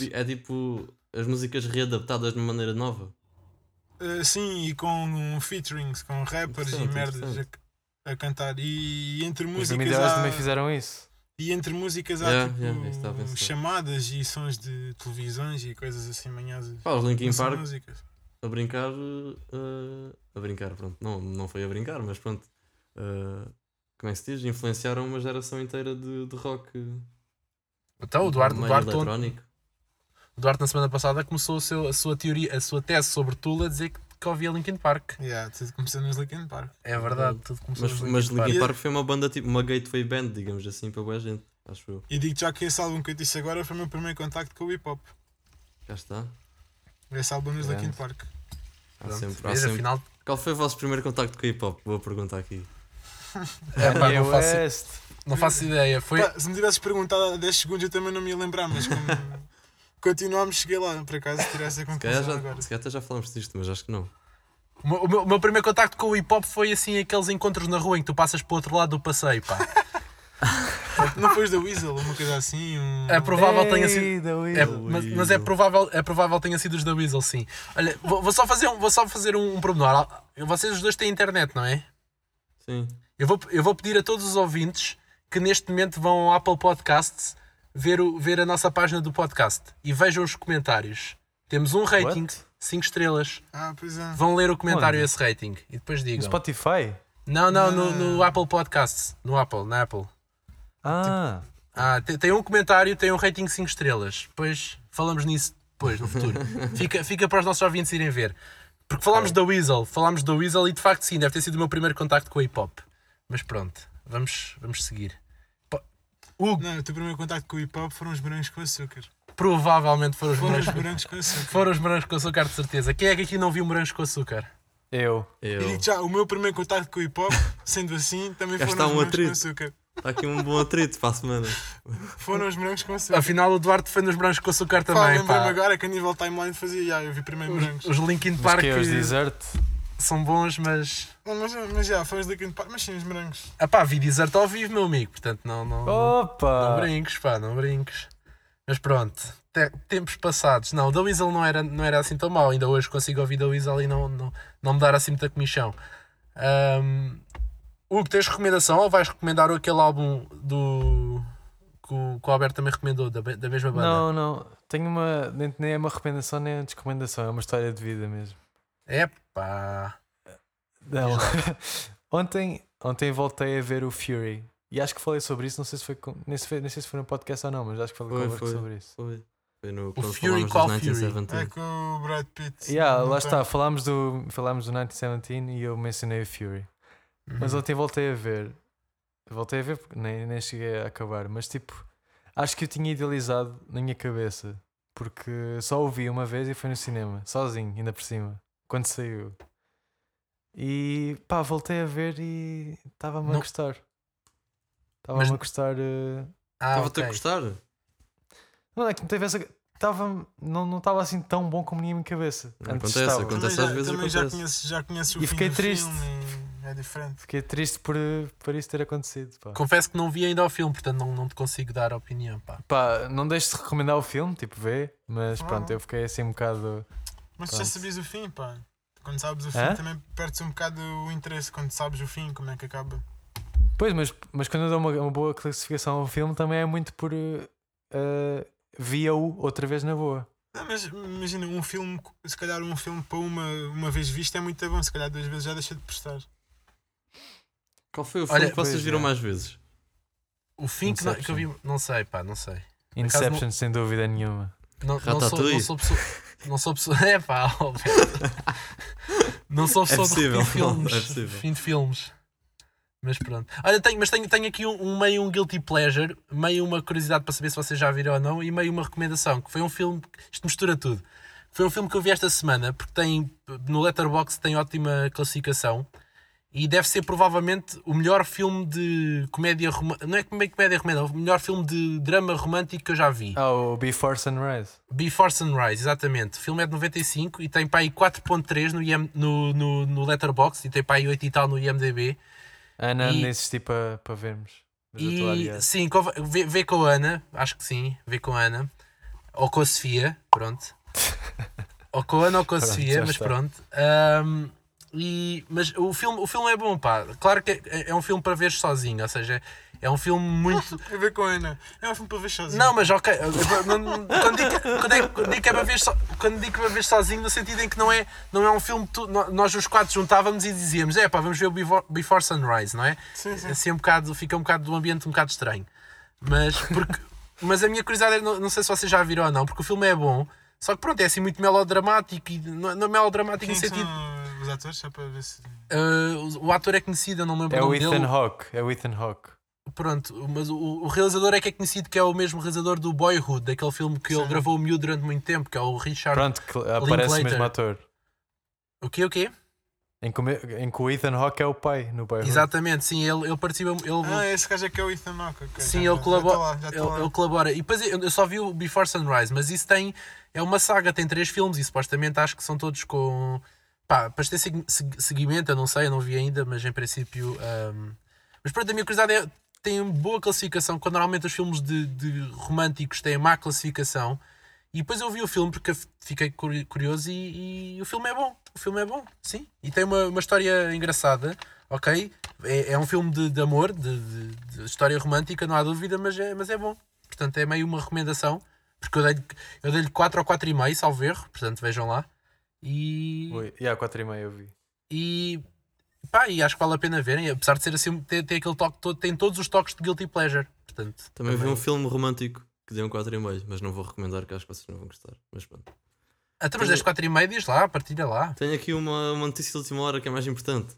S3: É tipo, bi- é tipo as músicas readaptadas de uma maneira nova.
S4: Ah, sim, e com featurings, com rappers e
S3: Interessante,
S4: merdas a,
S3: interessante.
S4: a cantar. E, entre
S1: Os
S4: músicas.
S1: Amidelas
S4: há-
S1: também fizeram isso.
S4: E entre músicas há
S3: Yeah,
S4: tipo,
S3: yeah, isso estava a pensar.
S4: chamadas e sons de televisões e coisas assim manhosas.
S3: Pá, os Linkin
S4: Não são
S3: Park
S4: músicas.
S3: a brincar. eh, a brincar, pronto. Não, não foi a brincar, mas pronto. eh, como é que se diz? Influenciaram uma geração inteira de, de rock.
S2: Então, o Duarte, o
S3: meio
S2: Duarte, ontem-
S3: eletrónico.
S2: o Duarte, na semana passada, começou o seu- a sua teoria, a sua tese sobre Tula a dizer que, que ouvia Linkin Park.
S4: Yeah, tudo começou nos Linkin Park.
S2: É verdade, tudo começou
S3: Uhum. Mas,
S2: nos
S3: mas Linkin
S4: Park.
S3: Park foi uma banda tipo uma gateway band, digamos assim, para boa gente. Acho eu.
S4: E digo já que esse álbum que eu disse agora foi o meu primeiro contacto com o hip hop.
S3: Cá está.
S4: Esse álbum dos
S3: Yeah.
S4: Linkin Park.
S3: Há
S2: Pronto,
S3: sempre, há
S2: vês,
S3: sempre-
S2: afinal,
S3: Qual foi o vosso primeiro contacto com hip hop? Boa pergunta aqui.
S2: é, pá,
S1: Kanye
S2: não, faço,
S1: West.
S2: não faço ideia. Foi,
S4: Pá, se me tivesses perguntado há 10 segundos eu também não me ia lembrar, mas [LAUGHS] como continuámos, cheguei lá. Por acaso, tirar essa
S3: Se calhar,
S4: conclusão agora.
S3: já, se calhar até já falámos disto, mas acho que não.
S2: O meu- o meu, o meu primeiro contacto com o hip hop foi assim aqueles encontros na rua em que tu passas para o outro lado do passeio,
S4: [LAUGHS]
S2: pá.
S4: Não foi os da Weasel, uma coisa assim? Um...
S2: É provável que tenha
S1: Ei,
S2: sido.
S1: da
S2: é-
S1: Weasel.
S2: mas mas é, provável, é provável que tenha sido os da Weasel, sim. Olha, vou, vou só fazer um, vou só fazer um, um pormenor. Vocês os dois têm internet, não é?
S3: Sim.
S2: Eu vou, eu vou pedir a todos os ouvintes que neste momento vão ao Apple Podcasts ver, o, ver a nossa página do podcast e vejam os comentários. Temos um rating,
S1: What?
S2: 5 estrelas.
S4: Ah, pois é.
S2: Vão ler o comentário
S1: Onde?
S2: esse rating e depois
S1: No Ah.
S2: digam.
S1: Spotify?
S2: Tipo- Não, não, no, no Apple Podcasts. No Apple, na Apple.
S1: Ah,
S2: Ah, te- tem, um comentário, tem um rating 5 estrelas. Depois falamos nisso depois, no [LAUGHS] futuro. fica, fica para os nossos ouvintes irem ver. Porque falámos da Weasel, falámos da Weasel e de facto sim, deve ter sido o meu primeiro contacto com a hip hop. Mas pronto, vamos, vamos seguir. Po- Hugo,
S4: Não, o teu primeiro contacto com o hip hop foram os brancos com açúcar.
S2: provavelmente foram os
S4: Foram os
S2: morangos,
S4: brancos com açúcar.
S2: foram os morangos com açúcar, de certeza. Quem é que aqui não viu morangos com açúcar?
S1: eu.
S3: Eu.
S4: E digo já, o meu primeiro contacto com o hip hop, sendo assim, também
S3: Já
S4: foram
S3: está
S4: os
S3: um
S4: brancos com
S3: atrito.
S4: açúcar.
S3: Está aqui um bom atrito para a semana.
S4: Foram os brancos com açúcar.
S2: Afinal, o Duarte foi nos morangos com açúcar
S4: Pá,
S2: também.
S4: lembrei-me
S2: Pá.
S4: agora que a nível timeline fazia, já, eu vi primeiro brancos.
S2: Os Linkin
S1: Mas
S2: Park
S1: que é os Desert?
S2: são bons, mas.
S4: Não, mas, mas já, foi os Linkin Park, mas sim, os brancos.
S2: Ah pá, vi Desert ao vivo, meu amigo, portanto não. não...
S1: Oh,
S2: Não
S1: Opa!
S2: brinques, pá, não brinques. Mas pronto, te- tempos passados. Não, o da Weasel não era, não era assim tão mau. Ainda hoje consigo ouvir da Weasel e não, não, não me dar assim muita comichão. Ahm, Hugo, tens recomendação ou vais recomendar aquele álbum do que o, que o Alberto também recomendou, da, be- da mesma banda?
S1: Não, não. Tenho uma. Nem, nem é uma recomendação, nem é uma descomendação. É uma história de vida mesmo.
S2: É pá.
S1: Não. [LAUGHS] ontem, ontem voltei a ver o Fury. E acho que falei sobre isso. Não sei se foi, com- nem, se foi, nem sei se foi no podcast ou não, mas acho que falei
S3: Foi,
S1: convosco
S3: foi.
S1: sobre isso.
S3: Foi. Foi no
S2: O
S3: quando
S2: Fury,
S3: falámos
S2: qual
S3: dos
S2: Fury?
S3: 1917.
S4: É com o Brad Pitt.
S1: Yeah,
S4: Não tá.
S1: lá
S4: tem-
S1: está, falámos do, falámos do 1917 e eu mencionei o Fury. Mas ontem voltei a ver. Voltei a ver porque nem, nem cheguei a acabar. Mas tipo, acho que eu tinha idealizado na minha cabeça. Porque só o vi uma vez e foi no cinema, sozinho, ainda por cima, quando saiu. E pá, voltei a ver e estava-me a
S2: Não-
S1: gostar. Estava-me
S2: Mas-
S1: a gostar. eh,
S2: Ah,
S3: Estava-te
S2: ok.
S3: a gostar?
S1: Não é que me teve essa. Tava, não não estava assim tão bom como minha minha cabeça.
S3: Não,
S1: Antes
S3: acontece,
S1: estava.
S3: acontece.
S4: já-
S3: às vezes
S4: também já
S3: acontece.
S4: conheço, já conheço o
S1: E
S4: fim
S1: fiquei
S4: do
S1: triste.
S4: filme e é diferente.
S1: Fiquei triste por, eh, por isso ter acontecido. Pá.
S2: Confesso que não vi ainda o filme, portanto não, não te consigo dar opinião, pá.
S1: Pá, não deixo de recomendar o filme, tipo, vê, mas
S4: Ah.
S1: pronto, eu fiquei assim um bocado.
S4: Mas tu já
S1: Pronto.
S4: sabias o fim, pá. Quando sabes o fim,
S1: Hã?
S4: também perdes um bocado o interesse quando sabes o fim, como é que acaba.
S1: Pois, mas, mas quando eu dou uma, uma boa classificação ao filme, também é muito por. eh, eh, Via-o outra vez na boa.
S4: Não, mas imagina, um filme, se calhar um filme para uma, uma vez visto é muito bom, se calhar duas vezes já deixa de prestar.
S3: Qual foi o filme
S2: Olha,
S3: que vocês
S1: pois,
S3: viram
S1: é.
S3: mais vezes?
S2: Uhum. O fim que, não- que eu vi.
S1: Inception.
S2: Não sei, pá, não sei. acaso
S1: Inception, sem dúvida nenhuma.
S2: Não, não, sou,
S3: Ratatouille.
S2: não sou pessoa. Não sou pessoa. [LAUGHS] É pá, Alberto. Não sou pessoa
S3: É possível,
S2: de repetir filmes.
S3: é possível.
S2: Fim de filmes. Mas pronto. Olha, tenho, mas tenho, tenho aqui um, um meio um guilty pleasure, meio uma curiosidade para saber se vocês já viram ou não, e meio uma recomendação, que foi um filme. que- Isto mistura tudo. Foi um filme que eu vi esta semana, porque tem no Letterboxd tem ótima classificação e deve ser provavelmente o melhor filme de comédia rom- não é bem comédia romântica, o melhor filme de drama romântico que eu já vi.
S1: Ah, o Before Sunrise.
S2: Before Sunrise, exatamente. O filme é de 95 e tem para aí 4.3 no, IM, no, no, no Letterboxd e tem para aí 8 e tal no IMDB.
S1: Ana,
S2: E-
S1: Ah, não insisti para para vermos. Mas eu estou a
S2: E
S1: adiar.
S2: sim, conv- vê, vê com a Ana, acho que sim, vê com a Ana. Ou com a Sofia,
S1: [LAUGHS]
S2: pronto. ou com a Ana ou com a
S1: Pronto,
S2: Sofia,
S1: já
S2: mas
S1: está.
S2: pronto. Ahm, e, mas o filme, o filme é bom, pá. Claro que é, é um filme para ver sozinho, ou seja, é um filme muito.
S4: A ver com a Ana. É um filme para ver sozinho.
S2: Não, mas ok. agora, não- não- Quando digo, quando é que- quando digo que é para ver so- quando digo que é para ver sozinho, no sentido em que não é, não é um filme que tu- no- nós os quatro juntávamos e dizíamos: é pá, vamos ver o Before, Before Sunrise, não é?
S4: Sim, sim.
S2: Assim, um bocado, fica um bocado do ambiente um bocado estranho. Mas, porque, mas a minha curiosidade é: não, não sei se vocês já viram ou não, porque o filme é bom, só que pronto, é assim muito melodramático e não, não é melodramático
S4: Quem
S2: no
S4: são
S2: sentido.
S4: os atores? Só para ver se.
S2: ah, o- o ator é conhecido, eu não me lembro
S1: É
S2: o
S1: o
S2: nome dele.
S1: Ethan Hawke. É o Ethan Hawke.
S2: Pronto, mas o, o realizador é que é conhecido que é o mesmo realizador do Boyhood, daquele filme que ele
S4: Sim.
S2: gravou o miúdo durante muito tempo, que é o Richard.
S1: Pronto, que aparece o mesmo
S2: Linklater.
S1: ator.
S2: O quê, o quê?
S1: Em que, o me- em que o Ethan Hawke é o pai no bairro.
S2: Exatamente, sim, ele, ele participa. Ele,
S4: Ah, esse gajo é que é o Ethan Hawke. ok,
S2: um- sim,
S4: já-
S2: ele
S4: já
S2: colabora.
S4: tá lá, já tá
S2: ele,
S4: lá.
S2: ele colabora. E depois eu eu só vi o Before Sunrise, mas isso tem. É uma saga, tem três filmes e supostamente acho que são todos com. Pá, para ter segui- segui- seguimento, eu não sei, eu não vi ainda, mas em princípio. ahm, Mas pronto, a minha curiosidade é. Tem uma boa classificação, quando normalmente os filmes de, de românticos têm má classificação. E depois eu vi o filme porque f- fiquei curi- curioso e, e o filme é bom. O filme é bom, sim. E tem uma, uma história engraçada, ok? É, é um filme de, de amor, de, de- de história romântica, não há dúvida, mas é, mas é bom. Portanto, é meio uma recomendação. Porque eu dei-lhe eu dei 4 ou 4,5, salvo erro. Portanto, vejam lá. E,
S1: Ui, e há 4 e meia eu vi.
S2: e pá, e acho que vale a pena verem. Apesar de ser assim, tem, tem aquele toque todo, tem todos os toques de Guilty Pleasure. Portanto,
S3: Também vi um filme romântico que deu um 4,5, mas não vou recomendar que acho que vocês não vão gostar. Mas pronto.
S2: até
S3: Tenho-
S2: Então, mas das 4,5 diz lá, partilha lá.
S3: Tenho aqui uma, uma notícia de última hora que é mais importante.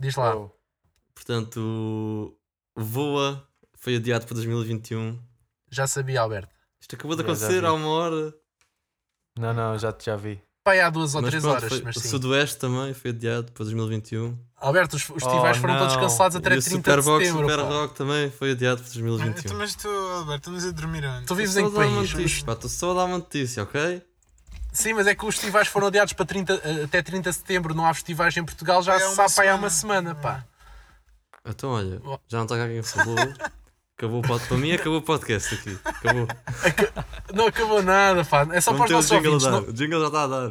S2: Diz lá.
S1: Oh,
S3: Portanto, o- o Voa foi adiado para 2021.
S2: Já sabia, Alberto.
S3: Isto acabou de
S1: Já, já
S3: acontecer
S1: vi.
S3: há uma hora.
S1: Não, não, já, já vi.
S2: Pai, é há duas ou
S3: Mas
S2: três
S3: pronto,
S2: horas.
S3: foi-
S2: mas
S3: o
S2: sim.
S3: Sudoeste também foi adiado para 2021.
S2: Alberto, os, os
S1: Oh,
S2: festivais foram todos
S1: não.
S2: cancelados
S3: E
S2: até
S3: o
S2: 30 de
S3: Superbox,
S2: setembro.
S3: Super
S2: pá.
S3: Rock também foi adiado para
S4: Ah, tu-
S3: 2021.
S4: Mas tu, Alberto, andas a dormir onde?
S2: Tu vives
S3: Só
S2: em
S3: a
S2: que
S3: dar uma
S2: país?
S3: notícia, pá, Estou só a dar uma notícia, ok?
S2: Sim, mas é que os festivais foram adiados para 30, eh, até 30 de setembro. Não há festivais em Portugal, já
S4: É
S2: se
S4: uma
S2: sabe pá, há
S4: semana.
S2: uma semana. Pá.
S3: Então olha,
S2: Bom.
S3: já não está cá quem falou. Acabou o podcast. Para mim acabou o podcast aqui. Acabou.
S2: Não acabou nada, pá. É [LAUGHS] só
S3: Vamos
S2: para os
S3: ter o
S2: nossos ouvintes.
S3: jingle a
S2: Não,
S3: dar. O jingle já está a dar.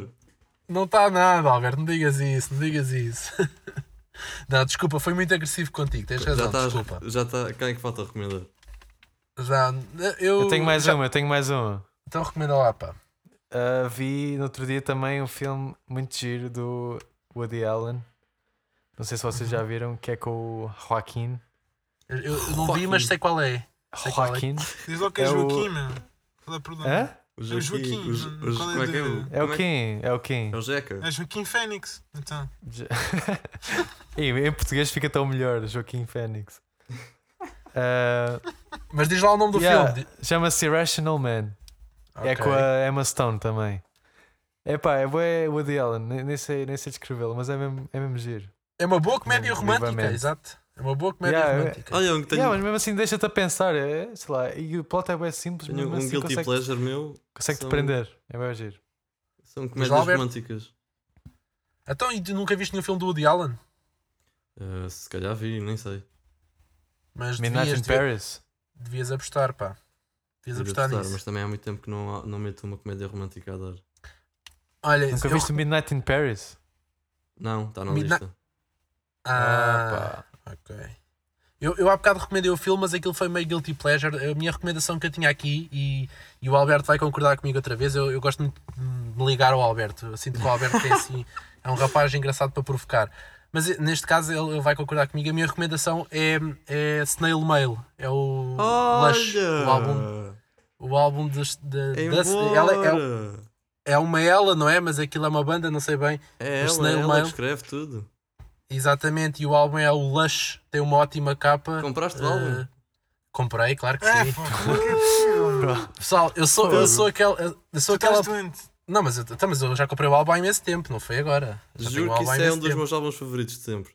S2: não está nada, Alberto. Não digas isso, não digas isso. [LAUGHS] Não, desculpa, foi muito agressivo contigo. Tens
S3: Já
S2: razão,
S3: está.
S2: desculpa.
S3: Já está. Quem é que falta recomendar?
S2: Já, eu,
S1: Eu tenho mais um.
S2: já-
S1: uma, eu tenho mais uma.
S2: Então recomenda lá, pá.
S1: Ah, vi no outro dia também um filme muito giro do Woody Allen. Não sei se vocês já viram, que é com o Joaquim.
S2: Eu, eu não vi, mas
S3: Joaquim.
S2: sei qual é. Sei qual é.
S1: Joaquim?
S4: Diz logo que é
S1: É o-
S4: Joaquim, meu. Qual é o problema?
S1: Hã?
S3: O
S4: Joaquim,
S3: o Jo- o Jo-
S4: qual é
S3: como é que é
S4: do-
S3: o.
S1: É
S3: como
S1: o Kim, é o Kim.
S3: É o Jeca.
S4: É Joaquim Fênix. Então.
S1: Ja- [LAUGHS] Ei, em português fica tão melhor, Joaquim Fênix. Ah,
S2: Mas diz lá o nome do
S1: yeah,
S2: filme.
S1: Chama-se Irrational Man. É
S2: Ok.
S1: com a Emma Stone também. É pá, é bué Woody Allen, nem nem sei, nem sei descrevê-lo, mas é mesmo, é mesmo giro.
S2: É uma boa comédia
S1: Hum,
S2: romântica,
S1: vivamente.
S2: exato. É uma boa comédia
S1: Yeah,
S2: romântica.
S3: Olha, eu tenho,
S1: Yeah, mas mesmo assim deixa-te a pensar, é, sei lá, e o plot é bem simples,
S3: tenho
S1: mesmo
S3: um
S1: assim
S3: guilty
S1: consegue,
S3: pleasure meu.
S1: consegue-te
S3: são-
S1: prender, é bem giro.
S3: São comédias
S2: Albert-
S3: românticas.
S2: Então, e tu nunca viste nenhum filme do Woody Allen?
S3: Ah, se calhar vi, nem sei.
S2: Mas
S1: Midnight
S2: devias,
S1: in Paris,
S2: devias apostar, pá. Devias
S3: Devia
S2: apostar
S3: gostar,
S2: nisso.
S3: mas também há muito tempo que não, há- não meto uma comédia romântica a dar.
S2: Olha,
S1: nunca
S2: eu-
S1: viste Midnight in Paris?
S3: Não, está na
S2: Midna-
S3: lista.
S2: Ah,
S1: pá.
S2: ok. Eu, eu há bocado recomendei o filme, mas aquilo foi meio guilty pleasure. A minha recomendação que eu tinha aqui, e, e o Alberto vai concordar comigo outra vez, eu, eu gosto muito de me ligar ao Alberto. Eu sinto que o Alberto é assim, é um rapaz engraçado para provocar. Mas eh, neste caso ele ele vai concordar comigo. A minha recomendação é, é Snail Mail. É o Lush, o álbum, o álbum das, da,
S3: É
S2: da- ela, é,
S3: embora.
S2: é uma ela, não é? Mas aquilo é uma banda, não sei bem.
S3: É
S2: Mas
S3: ela,
S2: Snail
S3: é ela
S2: Mail.
S3: que escreve tudo.
S2: Exatamente, e o álbum é o Lush, tem uma ótima capa.
S3: Compraste o
S2: Eh,
S3: álbum?
S2: Comprei, claro que
S4: É,
S2: sim.
S1: [LAUGHS]
S4: pô, como é que é possível? meu?
S2: Pessoal, eu sou, eu sou aquela. Eu
S4: Tu
S2: sou aquela...
S4: estás doente.
S2: Não, mas eu, tá, mas eu já comprei o álbum há imenso tempo, não foi agora. Já tenho
S3: Juro
S2: o
S3: que
S2: álbum há
S3: isso é
S2: imenso
S3: um dos
S2: tempo.
S3: meus álbuns favoritos de sempre.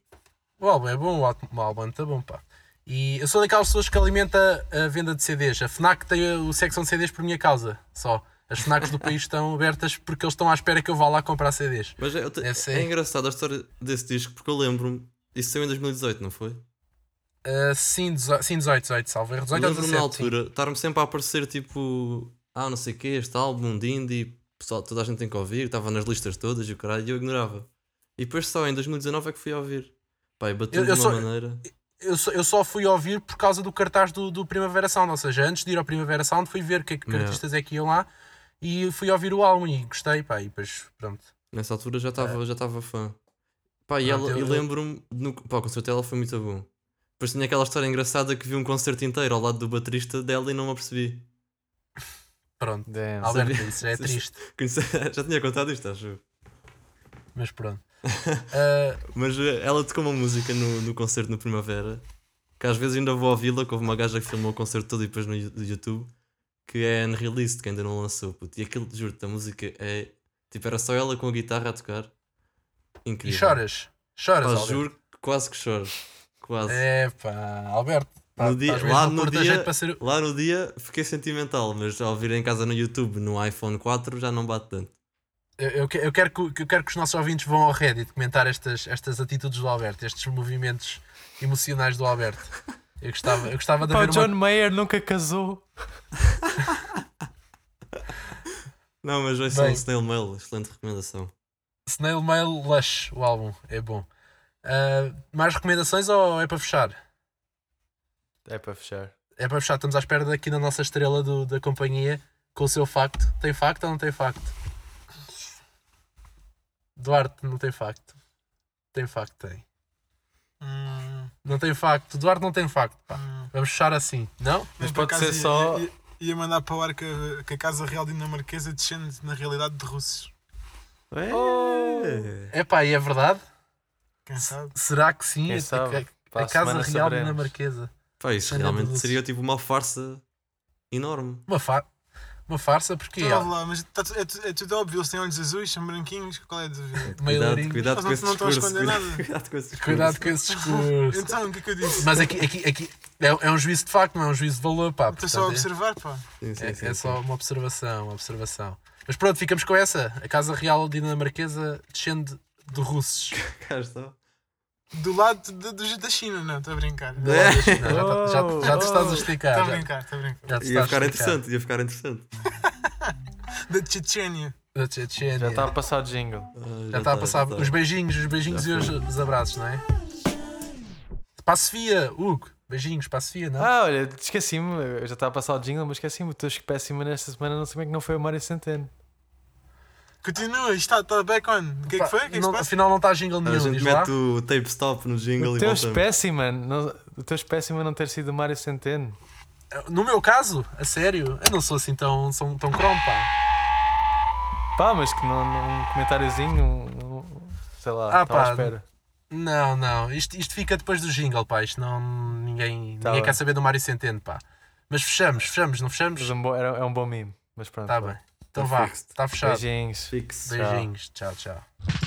S2: O álbum é bom, o álbum, o álbum é muito bom, pá. E eu sou daquelas pessoas que alimenta a venda de CDs. A Fnac tem o secção de CDs por minha causa, só. As
S3: [LAUGHS]
S2: Fnacs do país estão abertas porque eles estão à espera que eu vá lá comprar CDs.
S3: Mas é, eu te-
S2: Deve ser.
S3: é engraçado a história desse disco porque eu lembro-me. Isso saiu em 2018, não foi?
S2: Ah, sim, 18, sim, 18, 18, salvo erro. 18 ou
S3: Lembro-me
S2: 17.
S3: na
S2: sim.
S3: altura estar-me sempre a aparecer tipo, ah, não sei o que, este álbum de indie, pessoal, toda a gente tem que ouvir, estava nas listas todas e o caralho, e eu ignorava. E depois só em 2019 é que fui a ouvir. Pai,
S2: Eu-
S3: bateu de
S2: eu
S3: uma
S2: só-
S3: maneira.
S2: eu só, eu só fui ouvir por causa do cartaz do, do Primavera Sound, ou seja, antes de ir ao Primavera Sound fui ver que, que
S3: Yeah.
S2: artistas é que iam lá e fui ouvir o álbum e gostei, pá, e depois pronto.
S3: Nessa altura já estava já estava fã. Pá, e,
S2: Pronto, É. Ah, então
S3: ela-
S2: eu-
S3: e
S2: eu-
S3: lembro-me, no, pá, o concerto dela foi muito bom. Depois tinha aquela história engraçada que vi um concerto inteiro ao lado do baterista dela e não me apercebi. [LAUGHS]
S2: Pronto.
S1: Damn.
S2: Alberto,
S3: sabia.
S2: isso já é
S3: [LAUGHS] Sim, sim.
S2: triste,
S3: Conhece- já tinha contado isto, acho.
S2: mas
S3: [LAUGHS]
S2: pronto. Ah,
S3: Mas eh, ela tocou uma música no, no concerto no Primavera, que às vezes ainda vou ouvi-la, que houve uma gaja que filmou o concerto todo e depois no Yu- do YouTube, que é Unreleased, que ainda não lançou. Puto. E aquilo, juro-te, a música é. Tipo, era só ela com a guitarra a tocar.
S2: e
S3: Incrível.
S2: choras, choras,
S3: Pá,
S2: Alberto.
S3: juro que quase que choro. Quase.
S2: É pá, Alberto, tá,
S3: No dia-
S2: estás mesmo
S3: lá
S2: a
S3: no
S2: pôr-te a
S3: dia-
S2: jeito para ser-
S3: Lá no dia fiquei sentimental, mas ao vir em casa no YouTube, no iPhone 4, já não bate tanto.
S2: Eu, eu que- eu quero que, o- que eu quero que os nossos ouvintes vão ao Reddit comentar estas, estas atitudes do Alberto, estes movimentos emocionais do Alberto. Eu gostava, eu gostava de
S1: Pá, o
S2: haver uma
S1: John Mayer nunca casou.
S3: Não, mas vai ser
S2: Bem.
S3: um snail mail, excelente recomendação.
S2: Snail Mail Lush, o álbum, é bom. Ah, mais recomendações ou é para fechar?
S1: É para fechar.
S2: É para fechar, estamos à espera daqui da nossa estrela do- da companhia com o seu facto. Tem facto ou não tem facto? Duarte não tem facto. Tem facto, tem.
S4: Hum,
S2: Não tem facto. Duarte não tem facto. pá.
S4: hum.
S2: Vamos fechar assim, não?
S1: Mas
S4: por
S1: pode
S4: acaso
S1: ser
S4: ia-
S1: só-
S4: Ia, ia mandar para o ar que, que a Casa Real Dinamarquesa descende, na realidade, de russos.
S3: É.
S2: É pá, e é verdade?
S4: Quem sabe?
S2: Será que sim?
S1: Quem
S2: A-
S1: sabe?
S2: a-
S1: Para
S2: a Casa
S1: semana
S2: Real
S1: saberemos.
S2: Dinamarquesa.
S3: Pá, isso
S2: Ainda
S3: realmente
S2: produz.
S3: seria tipo uma farsa enorme.
S2: Uma, fa uma farsa, porque ah,
S4: Estou lá, mas tá tu- é, tu- é tudo óbvio, eles têm olhos azuis, são branquinhos, qual é
S2: [LAUGHS]
S4: a dúvida?
S2: meio
S3: Cuidado,
S2: lourinho.
S3: cuidado com
S4: Eles
S3: esse
S4: não- não estão a
S3: discurso.
S4: esconder
S3: Cuidado,
S4: nada.
S3: cuidado [LAUGHS] com esse discurso.
S2: Cuidado com esse discurso.
S4: Então, o que é que eu disse?
S2: Mas aqui, aqui, aqui é, é um juízo de facto, não é um juízo de valor, pá.
S4: Estou só a
S2: portanto,
S4: observar, pá.
S3: Sim,
S2: é,
S3: sim, sim,
S2: é
S3: sim.
S2: só uma observação, uma observação. Mas pronto, ficamos com essa. A Casa Real Dinamarquesa descende de russos.
S3: Cá [LAUGHS] está.
S4: Do lado de- de- da China, não, estou a brincar.
S2: Não,
S3: é?
S4: Estou
S2: deixa- não, já, tá- já- já te estás a
S4: a
S2: esticar. Já,
S4: brincar, estou a brincar.
S2: já te
S3: Ia
S2: estás
S3: ficar
S2: a esticar.
S3: interessante, ia ficar interessante.
S4: Da Chechênia.
S2: Da Chechênia.
S3: tá
S1: Já está a passar o jingle.
S3: Ah,
S2: Já está a
S3: tá,
S2: passar
S3: já tá.
S2: os beijinhos, os beijinhos
S3: Já
S2: e os, os abraços, não é? Para a Sofia, Hugo. Beijinhos para a Sofia, não? é?
S1: Ah, olha, esqueci-me. Eu já estava a passar o jingle, mas esqueci-me. Estou péssimo nesta semana. Não sei como é que não foi o Mário Centeno.
S4: Continua, isto está, está back on. O que é que
S2: Pá,
S4: foi? O que é que se
S2: não-
S4: passa?
S2: afinal não está jingle
S3: A
S2: nenhum,
S3: gente
S2: diz lá.
S3: mete o tape stop no jingle
S1: O
S3: e
S1: teu
S3: voltamos.
S1: espécimen, não- o teu espécimen não ter sido o Mário Centeno.
S2: No meu caso, a sério, eu não sou assim tão, sou tão cromo, pá.
S1: Pá, mas que não, não- um comentáriozinho, um, um- sei lá,
S2: Ah,
S1: estava
S2: pá.
S1: à espera.
S2: Não, não. Isto, isto fica depois do jingle, pá. Isto não. Ninguém,
S1: Tá
S2: ninguém
S1: bem.
S2: quer saber do Mário Centeno, pá. Mas fechamos, fechamos, não fechamos?
S1: Mas um bom- era, é um bom meme. Mas pronto.
S2: Tá
S1: vá.
S2: bem. Então
S3: Tá
S2: vá.
S3: fixed.
S2: Está fechado.
S1: Beijinhos.
S3: Fixo.
S2: Beijinhos. Tchau, tchau.